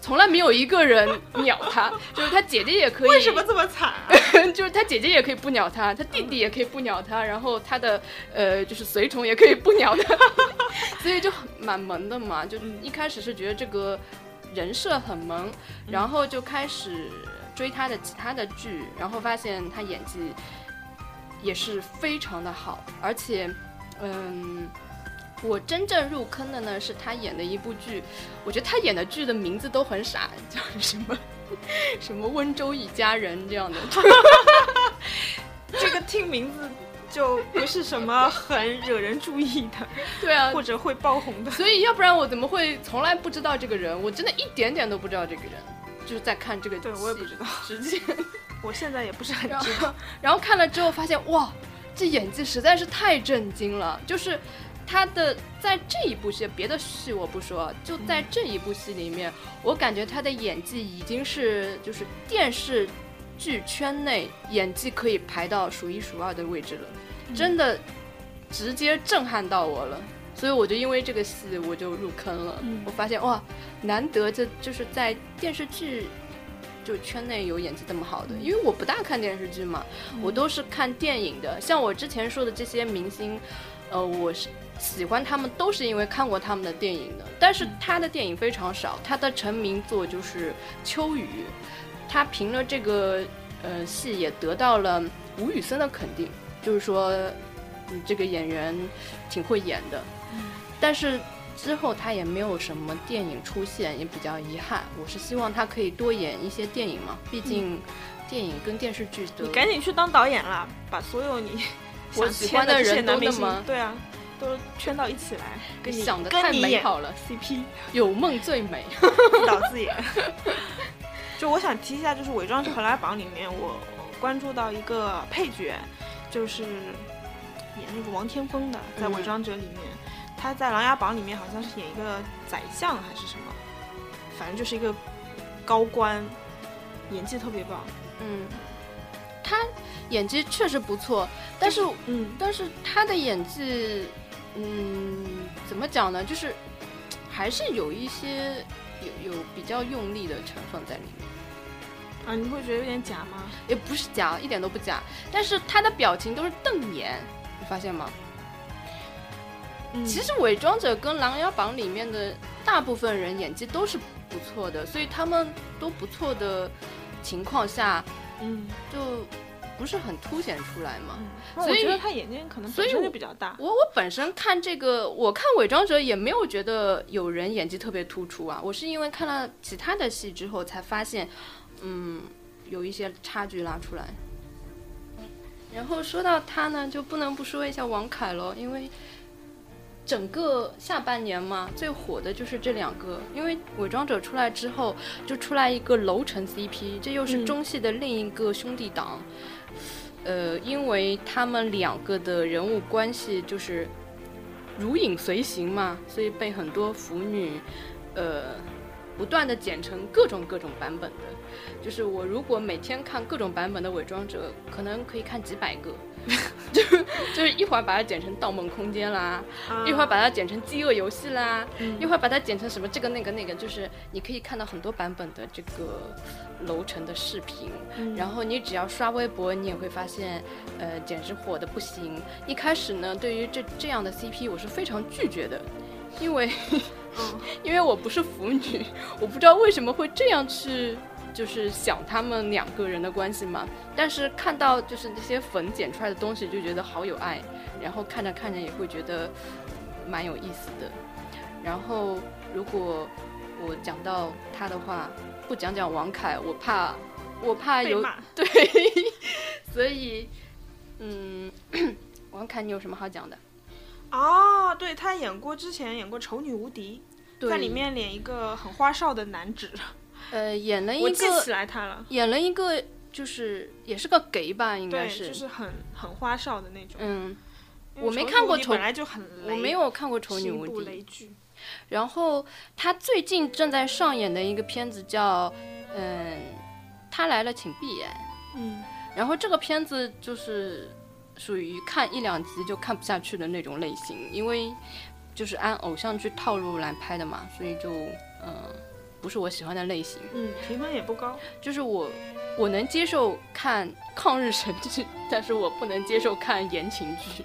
Speaker 1: 从来没有一个人鸟他，就是他姐姐也可以，
Speaker 2: 为什么这么惨啊？
Speaker 1: 就是他姐姐也可以不鸟他，他弟弟也可以不鸟他，然后他的呃就是随从也可以不鸟他， *laughs* 所以就很蛮萌的嘛。就一开始是觉得这个人设很萌，然后就开始追他的其他的剧，然后发现他演技也是非常的好，而且嗯。我真正入坑的呢，是他演的一部剧，我觉得他演的剧的名字都很傻，叫什么 *laughs* 什么温州一家人这样的，
Speaker 2: 这个听名字就不是什么很惹人注意
Speaker 1: *laughs*
Speaker 2: 的，
Speaker 1: 对啊，
Speaker 2: 或者会爆红的。
Speaker 1: 所以要不然我怎么会从来不知道这个人？我真的一点点都不知道这个人，就是在看这个
Speaker 2: 对我也不知道，
Speaker 1: 之前，
Speaker 2: 我现在也不是很
Speaker 1: 然
Speaker 2: 知
Speaker 1: 后
Speaker 2: 道。
Speaker 1: *laughs* 然后看了之后发现哇，这演技实在是太震惊了，就是。他的在这一部戏，别的戏我不说，就在这一部戏里面，我感觉他的演技已经是就是电视剧圈内演技可以排到数一数二的位置了。真的直接震撼到我了。所以我就因为这个戏我就入坑了，
Speaker 2: 嗯
Speaker 1: 我发现哇，难得这就是在电视剧就圈内有演技这么好的，因为我不大看电视剧嘛，我都是看电影的。像我之前说的这些明星，呃，我是喜欢他们都是因为看过他们的电影的，但是他的电影非常少，他的成名作就是《秋雨》，他凭了这个呃戏也得到了吴宇森的肯定，就是说，嗯，这个演员挺会演的，但是。之后他也没有什么电影出现，也比较遗憾。我是希望他可以多演一些电影嘛，毕竟电影跟电视剧的
Speaker 2: 嗯你赶紧去当导演啦，把所有 *laughs* 你
Speaker 1: 我
Speaker 2: 想
Speaker 1: 喜
Speaker 2: 签
Speaker 1: 欢的
Speaker 2: 这些
Speaker 1: 人
Speaker 2: 男
Speaker 1: 都
Speaker 2: 明
Speaker 1: 那么
Speaker 2: 星，对啊，都圈到一起来，跟你
Speaker 1: 想的太
Speaker 2: 跟你
Speaker 1: 美
Speaker 2: 演
Speaker 1: 好了，
Speaker 2: *laughs* CP
Speaker 1: 有梦最美。
Speaker 2: 自导自演。 *laughs* 就我想提一下，就是《伪装者和琅琊榜》里面，我关注到一个配角，就是演那个王天峰的，在
Speaker 1: 嗯
Speaker 2: 《伪装者》里面，他在《琅琊榜》里面好像是演一个宰相还是什么，反正就是一个高官，演技特别棒。
Speaker 1: 嗯，他演技确实不错，但是
Speaker 2: 嗯，
Speaker 1: 但是他的演技，嗯，怎么讲呢？就是嗯还是有一些有有比较用力的成分在里面。
Speaker 2: 啊，你会觉得有点假吗？
Speaker 1: 也不是假，一点都不假，但是他的表情都是瞪眼，你发现吗？
Speaker 2: 嗯
Speaker 1: 其实《伪装者》跟《琅琊榜》里面的大部分人演技都是不错的，所以他们都不错的情况下，
Speaker 2: 嗯，
Speaker 1: 就不是很凸显出来嘛。
Speaker 2: 那我
Speaker 1: 所以
Speaker 2: 觉得他眼睛可能
Speaker 1: 所
Speaker 2: 本
Speaker 1: 以
Speaker 2: 身
Speaker 1: 我
Speaker 2: 就比较大。
Speaker 1: 我我本身看这个，我看《伪装者》也没有觉得有人演技特别突出啊，我是因为看了其他的戏之后才发现，嗯，有一些差距拉出来。然后说到他呢，就不能不说一下王凯喽，因为整个下半年嘛，最火的就是这两个，因为《伪装者》出来之后，就出来一个楼层 CP，这又是
Speaker 2: 嗯
Speaker 1: 中戏的另一个兄弟党。呃，因为他们两个的人物关系就是如影随形嘛，所以被很多腐女，呃，不断的剪成各种各种版本的。就是我如果每天看各种版本的伪装者，可能可以看几百个，就是就是一会儿把它剪成《盗梦空间》啦，
Speaker 2: 啊
Speaker 1: 一会儿把它剪成《饥饿游戏》啦，
Speaker 2: 嗯
Speaker 1: 一会儿把它剪成什么这个那个那个，就是你可以看到很多版本的这个楼层的视频，
Speaker 2: 嗯
Speaker 1: 然后你只要刷微博，你也会发现，呃，简直火的不行。一开始呢，对于这这样的 CP，我是非常拒绝的，因为
Speaker 2: *laughs* 嗯
Speaker 1: *laughs* 因为我不是腐女，我不知道为什么会这样去。就是想他们两个人的关系嘛，但是看到就是那些粉剪出来的东西，就觉得好有爱，然后看着看着也会觉得蛮有意思的。然后如果我讲到他的话，不讲讲王凯，我怕我怕
Speaker 2: 被
Speaker 1: 有
Speaker 2: 骂
Speaker 1: *laughs* 对，所以，嗯， *clears throat* 王凯，你有什么好讲的？
Speaker 2: 哦，对他演过之前演过《丑女无敌》，在里，面演一个很花哨的男子，
Speaker 1: 呃，演了
Speaker 2: *laughs* 我
Speaker 1: 一
Speaker 2: 记起
Speaker 1: 个，
Speaker 2: 来他了。
Speaker 1: 演了一个，就是也是个 gay 吧，应该
Speaker 2: 对，
Speaker 1: 是，
Speaker 2: 就是很很花哨的那种。
Speaker 1: 嗯，
Speaker 2: 因为
Speaker 1: 我没
Speaker 2: 丑女
Speaker 1: 看
Speaker 2: 无
Speaker 1: 过
Speaker 2: 敌
Speaker 1: 丑
Speaker 2: 本来就很雷，
Speaker 1: 我没有看过《丑
Speaker 2: 是
Speaker 1: 女
Speaker 2: 一
Speaker 1: 无
Speaker 2: 部
Speaker 1: 敌》，
Speaker 2: 雷剧。
Speaker 1: 然后他最近正在上演的一个片子叫，嗯，他来了，请闭眼。
Speaker 2: 嗯，
Speaker 1: 然后这个片子就是属于看一两集就看不下去的那种类型，因为就是按偶像剧套路来拍的嘛，所以就嗯、呃不是我喜欢的类型。
Speaker 2: 嗯，评分也不高。
Speaker 1: 就是我我能接受看抗日神剧，但是我不能接受看言情剧，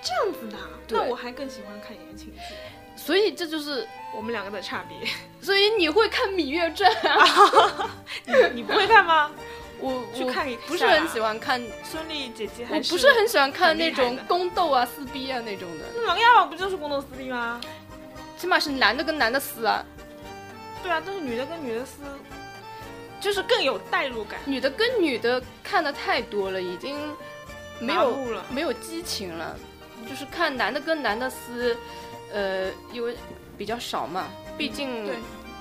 Speaker 2: 这样子的啊，
Speaker 1: 对
Speaker 2: 那我还更喜欢看言情剧。
Speaker 1: *laughs* 所以这就是。
Speaker 2: 我们两个的差别，
Speaker 1: 所以你会看《芈月传》啊？
Speaker 2: 你不会
Speaker 1: *laughs*
Speaker 2: 看吗？
Speaker 1: 我
Speaker 2: 去看一
Speaker 1: 我不是
Speaker 2: 下啊
Speaker 1: 很喜欢看，
Speaker 2: 孙俪姐姐
Speaker 1: 我
Speaker 2: 还
Speaker 1: 不是很喜欢看
Speaker 2: 很厉
Speaker 1: 那
Speaker 2: 害
Speaker 1: 种
Speaker 2: 的
Speaker 1: 宫斗啊、撕逼啊那种的，
Speaker 2: 《琅琊榜》不就是宫斗撕逼吗？
Speaker 1: 起码是男的跟男的撕啊，
Speaker 2: 对啊，但是女的跟女的撕，就是更有代入感，
Speaker 1: 女的跟女的看的太多了，已经没
Speaker 2: 麻
Speaker 1: 有
Speaker 2: 木了。
Speaker 1: 没有激情了，就是看男的跟男的撕，呃，因为比较少嘛，毕竟
Speaker 2: 嗯对，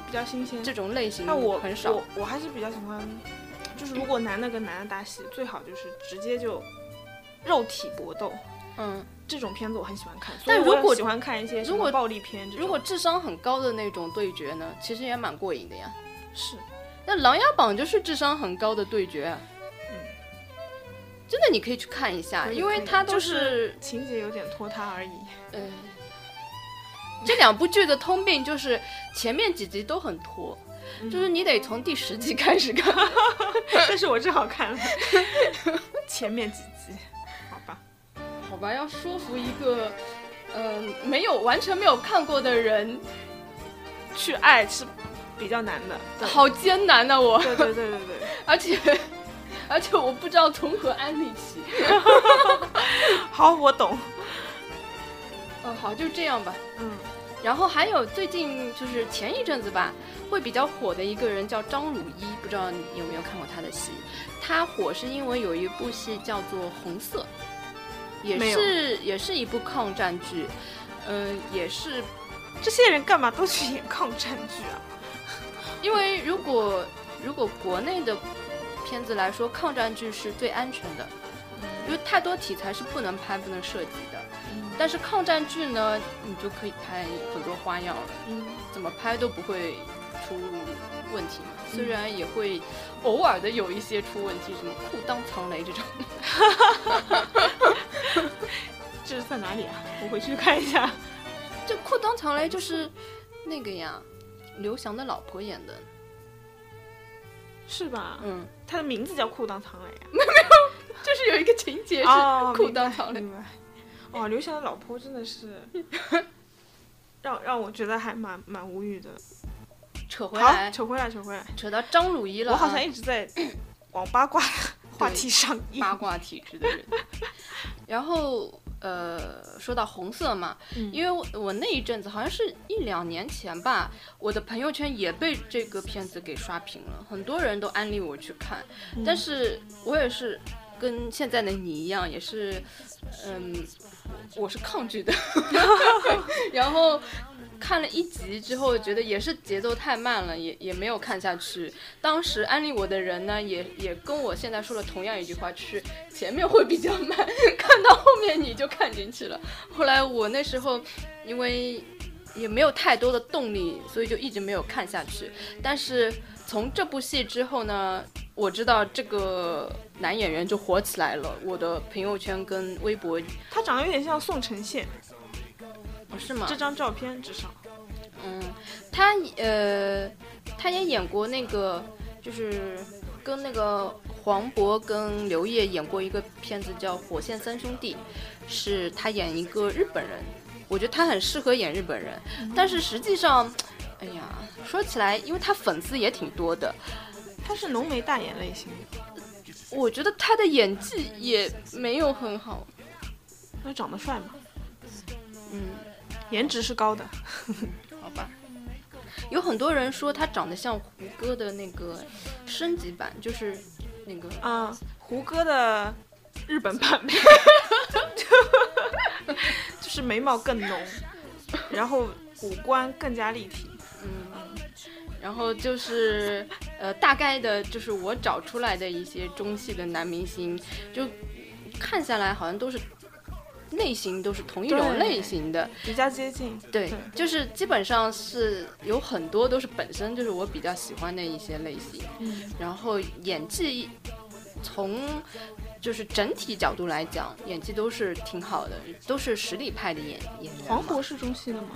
Speaker 2: 比较新鲜。
Speaker 1: 这种类型
Speaker 2: 那我
Speaker 1: 很少
Speaker 2: 我。我还是比较喜欢，就是如果男的跟男的搭戏，最好就是直接就肉体搏斗。
Speaker 1: 嗯，
Speaker 2: 这种片子我很喜欢看，
Speaker 1: 但
Speaker 2: 所以我
Speaker 1: 如果
Speaker 2: 也喜欢看一些什么
Speaker 1: 如果
Speaker 2: 暴力片这种，
Speaker 1: 如果智商很高的那种对决呢，其实也蛮过瘾的呀。
Speaker 2: 是
Speaker 1: 那《琅琊榜》就是智商很高的对决啊，
Speaker 2: 嗯
Speaker 1: 真的你可以去看一下，
Speaker 2: 可以
Speaker 1: 因为
Speaker 2: 可以
Speaker 1: 它都
Speaker 2: 就是情节有点拖沓而已。 *laughs*
Speaker 1: 呃，这两部剧的通病就是前面几集都很拖，
Speaker 2: 嗯
Speaker 1: 就是你得从第十集开始看。 *laughs*
Speaker 2: 但是我正好看了前面几集，好吧，
Speaker 1: 好吧，要说服一个嗯、没有完全没有看过的人，
Speaker 2: 去爱是比较难的。对
Speaker 1: 好艰难呐、我，
Speaker 2: 对对对对对，
Speaker 1: *laughs* 而且而且我不知道从何安利起。
Speaker 2: 好，我懂。
Speaker 1: 嗯、好，就这样吧。
Speaker 2: 嗯，
Speaker 1: 然后还有最近就是前一阵子吧，会比较火的一个人叫张鲁一，不知道你有没有看过他的戏？他火是因为有一部戏叫做《红色》，也
Speaker 2: 没有
Speaker 1: 是也是一部抗战剧，嗯、也是
Speaker 2: 这些人干嘛都去演抗战剧啊？
Speaker 1: 因为如果如果国内的片子来说，抗战剧是最安全的，
Speaker 2: 嗯
Speaker 1: 因为太多题材是不能拍、不能涉及的。
Speaker 2: 嗯
Speaker 1: 但是抗战剧呢，你就可以拍很多花样了。
Speaker 2: 嗯，
Speaker 1: 怎么拍都不会出问题嘛。虽然也会偶尔的有一些出问题，什么裤裆藏雷这 *laughs* 种。
Speaker 2: 这是在哪里啊？我回去看一下。
Speaker 1: 这裤裆藏雷就是那个呀，刘翔的老婆演的，
Speaker 2: 是吧？
Speaker 1: 嗯，
Speaker 2: 它的名字叫裤裆藏雷啊。
Speaker 1: 就是有一个情节是
Speaker 2: 哦，
Speaker 1: 裤裆藏雷，
Speaker 2: 明白。明白哇，刘翔的老婆真的是
Speaker 1: *laughs*
Speaker 2: 让让我觉得还蛮蛮无语的。
Speaker 1: 扯回
Speaker 2: 好，
Speaker 1: 来
Speaker 2: 扯回来，扯回来。
Speaker 1: 扯到张鲁一了啊，
Speaker 2: 我好像一直在往八卦话题上移。
Speaker 1: *laughs* 八卦体质的
Speaker 2: *laughs*
Speaker 1: 人。然后呃，说到红色嘛，
Speaker 2: 嗯
Speaker 1: 因为我我那一阵子好像是一两年前吧，我的朋友圈也被这个片子给刷屏了，很多人都安利我去看，
Speaker 2: 嗯
Speaker 1: 但是我也是。跟现在的你一样，也是，嗯，我是抗拒的。
Speaker 2: *laughs*
Speaker 1: *laughs* 然后看了一集之后，觉得也是节奏太慢了，也也没有看下去。当时安利我的人呢，也也跟我现在说了同样一句话，就是前面会比较慢，看到后面你就看进去了。后来我那时候因为也没有太多的动力，所以就一直没有看下去。但是从这部戏之后呢，我知道这个男演员就火起来了，我的朋友圈跟微博
Speaker 2: 他长得有点像宋承宪，
Speaker 1: 不是吗
Speaker 2: 这？张照片至少。
Speaker 1: 嗯，他呃，他也演过那个，就是跟那个黄渤跟刘烨演过一个片子叫《火线三兄弟》，是他演一个日本人，我觉得他很适合演日本人，但是实际上，哎呀，说起来，因为他粉丝也挺多的，
Speaker 2: 他是浓眉大眼类型的，
Speaker 1: 我觉得他的演技也没有很好，
Speaker 2: 那长得帅嘛，
Speaker 1: 嗯，
Speaker 2: 颜值是高的。
Speaker 1: 好吧。有很多人说他长得像胡歌的那个升级版，就是那个
Speaker 2: 啊，胡歌的日本版呗， *laughs* 就是眉毛更浓，然后五官更加立体。
Speaker 1: 嗯，然后就是呃，大概的就是我找出来的一些中戏的男明星，就看下来好像都是类型都是同一种
Speaker 2: 对
Speaker 1: 类型的，
Speaker 2: 比较接近，
Speaker 1: 对，
Speaker 2: 对
Speaker 1: 就是基本上是有很多都是本身就是我比较喜欢的一些类型，
Speaker 2: 嗯，
Speaker 1: 然后演技从。就是整体角度来讲，演技都是挺好的，都是实力派的演演员嘛。
Speaker 2: 黄渤是中戏的吗？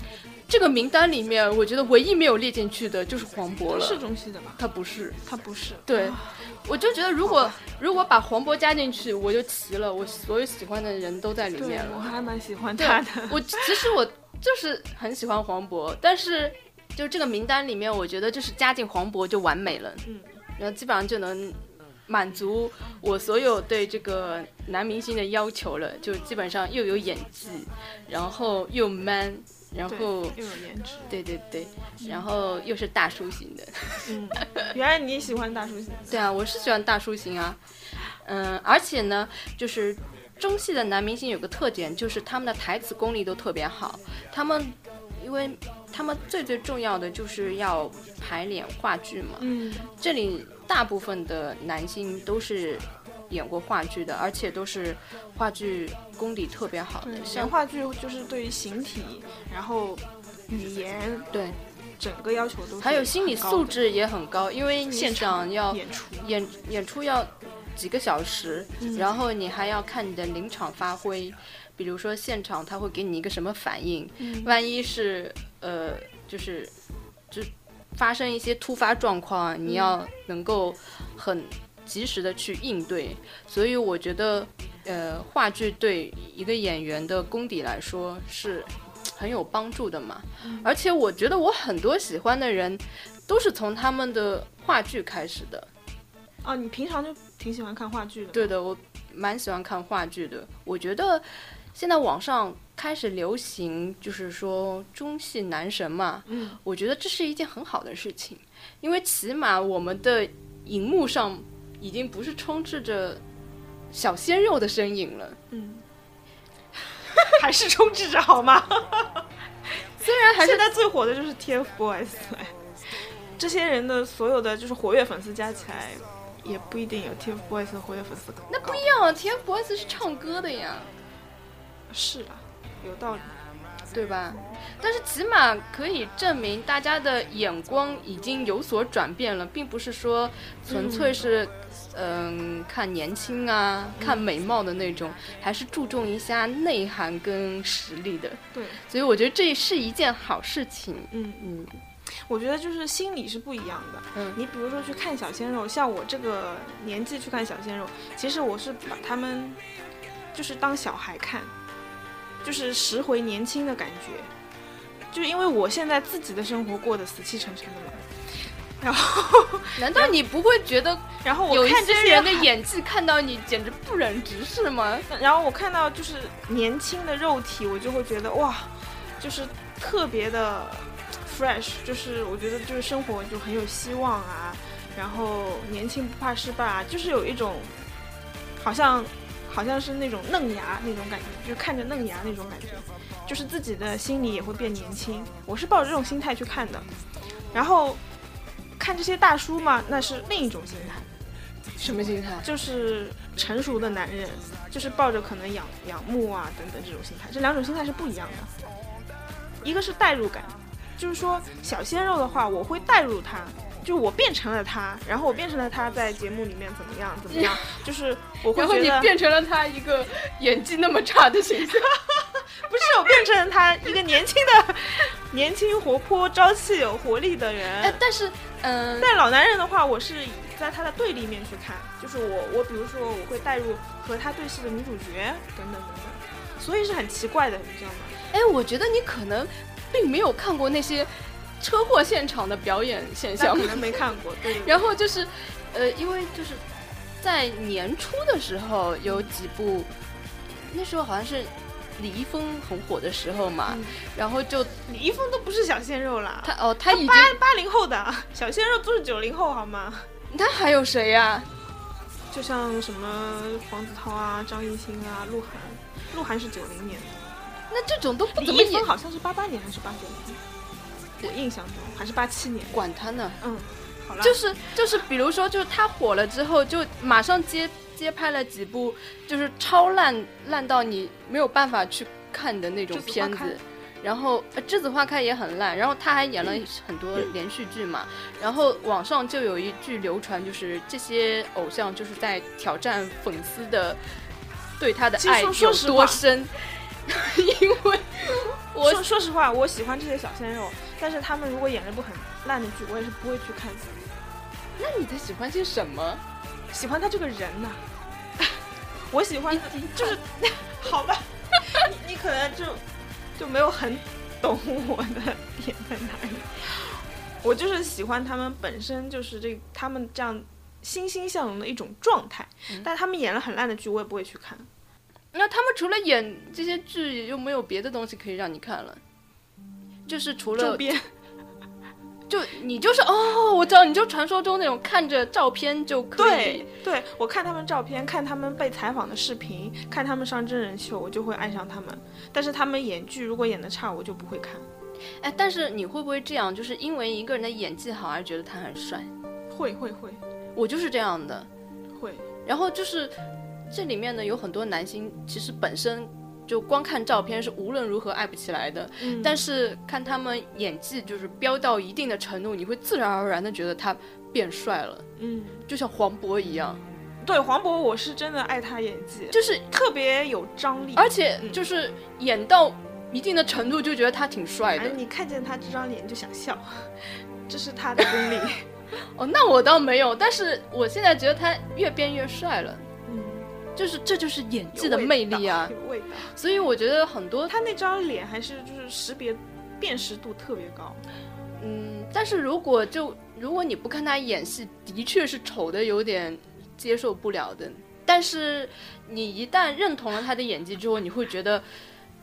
Speaker 1: 这个名单里面，我觉得唯一没有列进去的就是黄渤
Speaker 2: 他
Speaker 1: 了。
Speaker 2: 是中戏的吧？
Speaker 1: 他不是，
Speaker 2: 他不是，
Speaker 1: 对
Speaker 2: 啊
Speaker 1: 我就觉得如果如果把黄渤加进去，我就齐了，我所有喜欢的人都在里
Speaker 2: 对
Speaker 1: 面，
Speaker 2: 我
Speaker 1: 了。
Speaker 2: 还蛮喜欢
Speaker 1: 对
Speaker 2: 他的。
Speaker 1: 我其实我就是很喜欢黄渤，但是就这个名单里面，我觉得就是加进黄渤就完美了，
Speaker 2: 嗯，
Speaker 1: 然后基本上就能满足我所有对这个男明星的要求了，就基本上又有演技，然后又 man，然
Speaker 2: 对
Speaker 1: 后。
Speaker 2: 又有颜值，
Speaker 1: 对对对，然后又是大叔型的，
Speaker 2: 嗯，原来你喜欢大叔型，
Speaker 1: 对啊，我是喜欢大叔型啊，嗯，而且呢，就是中戏的男明星有个特点，就是他们的台词功力都特别好，他们因为他们最最重要的就是要排练话剧嘛，
Speaker 2: 嗯，
Speaker 1: 这里大部分的男星都是。演过话剧的，而且都是话剧功底特别好
Speaker 2: 对
Speaker 1: 的，，
Speaker 2: 像
Speaker 1: 像
Speaker 2: 话剧就是对于形体，然后语言
Speaker 1: 对，
Speaker 2: 整个要求都是
Speaker 1: 还有心理
Speaker 2: 很高
Speaker 1: 素
Speaker 2: 的
Speaker 1: 质也啊很高，因为你
Speaker 2: 现
Speaker 1: 想
Speaker 2: 场
Speaker 1: 要
Speaker 2: 演出，
Speaker 1: 演演出要几个小时，
Speaker 2: 嗯
Speaker 1: 然后你还要看你的临场发挥，比如说现场他会给你一个什么反应，
Speaker 2: 嗯
Speaker 1: 万一是呃就是就发生一些突发状况，
Speaker 2: 嗯
Speaker 1: 你要能够很及时的去应对，所以我觉得呃话剧对一个演员的功底来说是很有帮助的嘛，
Speaker 2: 嗯
Speaker 1: 而且我觉得我很多喜欢的人都是从他们的话剧开始的。
Speaker 2: 哦，你平常就挺喜欢看话剧的，
Speaker 1: 对的，我蛮喜欢看话剧的。我觉得现在网上开始流行，就是说中戏男神嘛，
Speaker 2: 嗯，
Speaker 1: 我觉得这是一件很好的事情，因为起码我们的荧幕上已经不是充斥着小鲜肉的身影了。
Speaker 2: 嗯， *laughs* 还是充斥着好 *laughs* 吗？
Speaker 1: 虽然还是
Speaker 2: 现在最火的就是 TFBOYS，哎这些人的所有的就是活跃粉丝加起来，也不一定有 TFBOYS 的活跃粉丝高。那不一
Speaker 1: 这样，TFBOYS 是唱歌的呀，
Speaker 2: 是吧？有道理。
Speaker 1: 对吧？但是起码可以证明大家的眼光已经有所转变了，并不是说纯粹是，嗯、看年轻啊、看美貌的那种，还是注重一下内涵跟实力的。
Speaker 2: 对，
Speaker 1: 所以我觉得这是一件好事情。
Speaker 2: 嗯，
Speaker 1: 嗯，
Speaker 2: 我觉得就是心理是不一样的。
Speaker 1: 嗯
Speaker 2: 你比如说去看小鲜肉，像我这个年纪去看小鲜肉，其实我是把他们就是当小孩看，就是拾回年轻的感觉。就是因为我现在自己的生活过得死气沉沉的嘛，然后
Speaker 1: 难道你不会觉得
Speaker 2: 然后
Speaker 1: 有
Speaker 2: 我
Speaker 1: 一
Speaker 2: 看这
Speaker 1: 些
Speaker 2: 些
Speaker 1: 人的演技看到你简直不忍直视吗？
Speaker 2: 然后我看到就是年轻的肉体，我就会觉得哇，就是特别的 fresh，就是我觉得就是生活就很有希望啊，然后年轻不怕失败啊，就是有一种好像好像是那种嫩芽那种感觉，就看着嫩芽那种感觉，就是自己的心里也会变年轻。我是抱着这种心态去看的，然后看这些大叔嘛，那是另一种心态。
Speaker 1: 什么心态？
Speaker 2: 就是成熟的男人，就是抱着可能仰仰慕啊等等这种心态，这两种心态是不一样的。一个是代入感，就是说小鲜肉的话，我会代入他，就是我变成了他，然后我变成了他在节目里面怎么样怎么
Speaker 1: *laughs*
Speaker 2: 样，就是我会
Speaker 1: 然后
Speaker 2: 觉
Speaker 1: 你
Speaker 2: 得
Speaker 1: 变成了他一个演技那么差的形象，
Speaker 2: 不是我变成了他一个年轻的、 *laughs* 年轻活泼、朝气有活力的人。
Speaker 1: 哎，但是，嗯、
Speaker 2: 但老男人的话，我是在他的对立面去看，就是我我比如说我会带入和他对视的女主角等等等等，所以是很奇怪的，你知道吗？
Speaker 1: 哎，我觉得你可能并没有看过那些车祸现场的表演现
Speaker 2: 那
Speaker 1: 象
Speaker 2: 可，能没看过，对对对。
Speaker 1: 然后就是，呃，因为就是在年初的时候有几部，那时候好像是李易峰很火的时候嘛，
Speaker 2: 嗯
Speaker 1: 然后就
Speaker 2: 李易峰都不是小鲜肉啦，
Speaker 1: 他哦，他已经
Speaker 2: 八八零后的小鲜肉都是九零后好吗？
Speaker 1: 他还有谁呀、
Speaker 2: 就像什么黄子韬啊、张艺兴啊、鹿晗，鹿晗是九零年的，
Speaker 1: 那这种都不
Speaker 2: 李
Speaker 1: 怎么
Speaker 2: 易
Speaker 1: 演
Speaker 2: 峰，好像是八八年还是八九年，我印象中还是八七年。
Speaker 1: 管他呢，
Speaker 2: 嗯，好啦，
Speaker 1: 就是就是，比如说，就是他火了之后，就马上接接拍了几部，就是超烂烂到你没有办法去看的那种
Speaker 2: 栀子花
Speaker 1: 片
Speaker 2: 开
Speaker 1: 子。然后呃《栀子花开》也很烂，然后他还演
Speaker 2: 嗯
Speaker 1: 了很多连续剧嘛。然后网上就有一句流传，就是这些偶像就是在挑战粉丝的对他的
Speaker 2: 其实
Speaker 1: 爱
Speaker 2: 说说
Speaker 1: 有
Speaker 2: 实
Speaker 1: 多
Speaker 2: 话
Speaker 1: 深， *laughs* 因为我
Speaker 2: 说说实话，我喜欢这些小鲜肉，但是他们如果演了部很烂的剧，我也是不会去看的。
Speaker 1: 那你在喜欢些什么？
Speaker 2: 喜欢他这个人呐、 *laughs* 我喜欢就是
Speaker 1: *laughs*
Speaker 2: 好吧，你你可能就就没有很懂我的点在哪里。我就是喜欢他们本身就是这他们这样欣欣向荣的一种状态，
Speaker 1: 嗯
Speaker 2: 但他们演了很烂的剧，我也不会去看。
Speaker 1: 那他们除了演这些剧，又没有别的东西可以让你看了，就是除
Speaker 2: 周
Speaker 1: 了
Speaker 2: 边
Speaker 1: 就你就是哦，我知道，你就传说中那种看着照片就可以
Speaker 2: 对。对，我看他们照片，看他们被采访的视频，看他们上真人秀，我就会爱上他们。但是他们演剧如果演的差，我就不会看。
Speaker 1: 哎，但是你会不会这样，就是因为一个人的演技好而觉得他很帅？
Speaker 2: 会会会
Speaker 1: 我就是这样的。
Speaker 2: 会，
Speaker 1: 然后就是这里面呢，有很多男星其实本身就光看照片是无论如何爱不起来的，
Speaker 2: 嗯
Speaker 1: 但是看他们演技就是飙到一定的程度，你会自然而然的觉得他变帅了，
Speaker 2: 嗯，
Speaker 1: 就像黄渤一样，
Speaker 2: 对黄渤，我是真的爱他演技，
Speaker 1: 就是
Speaker 2: 特别有张力。
Speaker 1: 而且就是演到一定的程度，就觉得他挺帅
Speaker 2: 哎，
Speaker 1: 的。
Speaker 2: 你看见他这张脸就想笑，这是他的
Speaker 1: *laughs*
Speaker 2: 功力。
Speaker 1: 哦，那我倒没有，但是我现在觉得他越变越帅了，
Speaker 2: 嗯，
Speaker 1: 就是这就是演
Speaker 2: 有
Speaker 1: 技的
Speaker 2: 味
Speaker 1: 魅
Speaker 2: 道
Speaker 1: 力啊。
Speaker 2: 有味道。
Speaker 1: 所以我觉得很多，
Speaker 2: 他那张脸还是就是识别辨识度特别高。
Speaker 1: 嗯，但是如果就如果你不看他演戏，的确是丑的有点接受不了的。但是你一旦认同了他的演技之后，你会觉得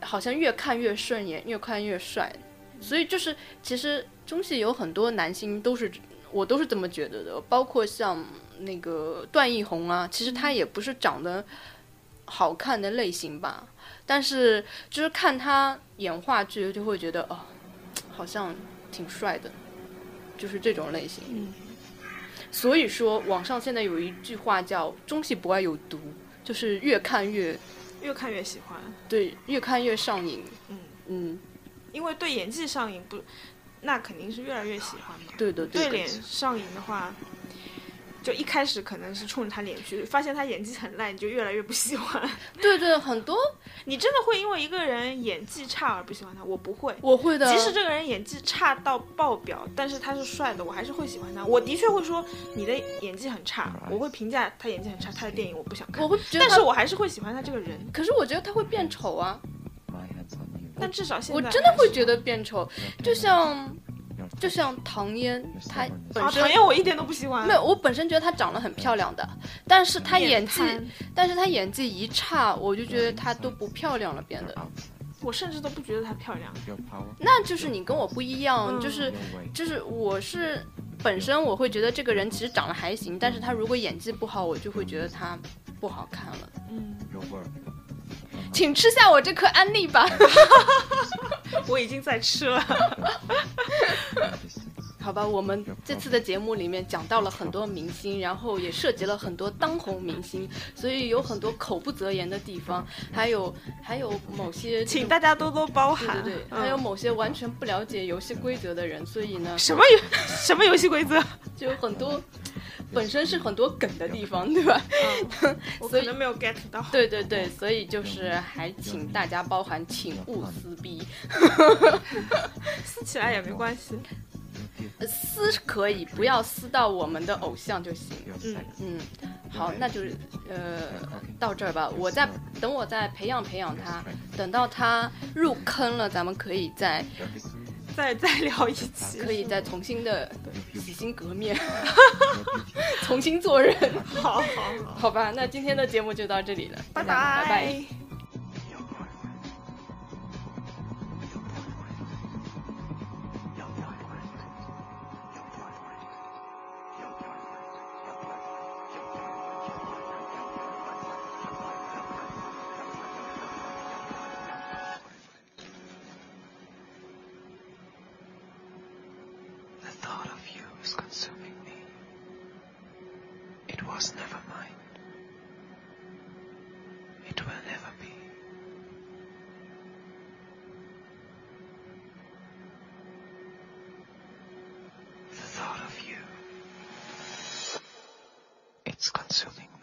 Speaker 1: 好像越看越顺眼，越看越帅。所以就是，其实中戏有很多男星都是，我都是这么觉得的。包括像那个段奕宏啊，其实他也不是长得好看的类型吧，但是就是看他演话剧，就会觉得哦，好像挺帅的，就是这种类型。
Speaker 2: 嗯
Speaker 1: 所以说，网上现在有一句话叫“中戏不爱有毒”，就是越看越
Speaker 2: 越看越喜欢。
Speaker 1: 对，越看越上瘾。
Speaker 2: 嗯。
Speaker 1: 嗯，
Speaker 2: 因为对演技上瘾不，那肯定是越来越喜欢嘛。
Speaker 1: 对的，
Speaker 2: 对
Speaker 1: 的
Speaker 2: 脸上瘾的话，就一开始可能是冲着他脸去，发现他演技很烂，你就越来越不喜欢。 *laughs*
Speaker 1: 对对，很多
Speaker 2: 你真的会因为一个人演技差而不喜欢他？我不会。
Speaker 1: 我会的。
Speaker 2: 即使这个人演技差到爆表，但是他是帅的，我还是会喜欢他。我的确会说你的演技很差，我会评价他演技很差，他的电影我不想看
Speaker 1: 我。会觉得
Speaker 2: 但
Speaker 1: 他，
Speaker 2: 是我还是会喜欢他这个人。
Speaker 1: 可是我觉得他会变丑啊，
Speaker 2: 但至少现在
Speaker 1: 我真的
Speaker 2: 还
Speaker 1: 会
Speaker 2: 是
Speaker 1: 觉得变丑，就像就像唐嫣，她
Speaker 2: 啊，
Speaker 1: 本身
Speaker 2: 讨厌我一点都不喜欢。
Speaker 1: 没有，我本身觉得她长得很漂亮的，但是她演技，
Speaker 2: 瘫
Speaker 1: 但是她演技一差，我就觉得她都不漂亮了，变得。
Speaker 2: 我甚至都不觉得她漂亮。
Speaker 1: 那就是你跟我不一样，
Speaker 2: 嗯
Speaker 1: 就是就是我是本身我会觉得这个人其实长得还行，但是他如果演技不好，我就会觉得他不好看了。
Speaker 2: 嗯，
Speaker 4: *laughs*
Speaker 1: 请吃下我这颗安利吧， *laughs*
Speaker 2: 我已经在吃了。
Speaker 1: 好吧？我们这次的节目里面讲到了很多明星，然后也涉及了很多当红明星，所以有很多口不择言的地方，还有还有某些
Speaker 2: 请大家多多包
Speaker 1: 对
Speaker 2: 涵。
Speaker 1: 对对，
Speaker 2: 嗯
Speaker 1: 还有某些完全不了解游戏规则的人，所以呢，
Speaker 2: 什么游 *laughs* 什么游戏规则？
Speaker 1: 就有很多 *laughs* 本身是很多梗的地方，对吧？
Speaker 2: 嗯 *laughs* 我
Speaker 1: 所
Speaker 2: 可
Speaker 1: 以
Speaker 2: 能没有 get 到。
Speaker 1: 对对对，所以就是还请大家包含，请勿撕逼，
Speaker 2: 撕起来也没关系。
Speaker 1: 呃撕可以，不要撕到我们的偶像就行。
Speaker 2: 嗯，
Speaker 1: 嗯，好，那就是呃到这儿吧，我再等我再培养培养他，等到他入坑了，咱们可以再 *laughs*
Speaker 2: 再再聊一期。
Speaker 1: 可以再重新的洗心革面， *laughs* 重新做人。
Speaker 2: *laughs* 好好好，
Speaker 1: 好吧，那今天的节目就到这里了，
Speaker 2: 拜
Speaker 1: 大家拜拜。
Speaker 4: The thought of you is consuming me. It was never mine. It will never be. The thought of you. It's consuming me.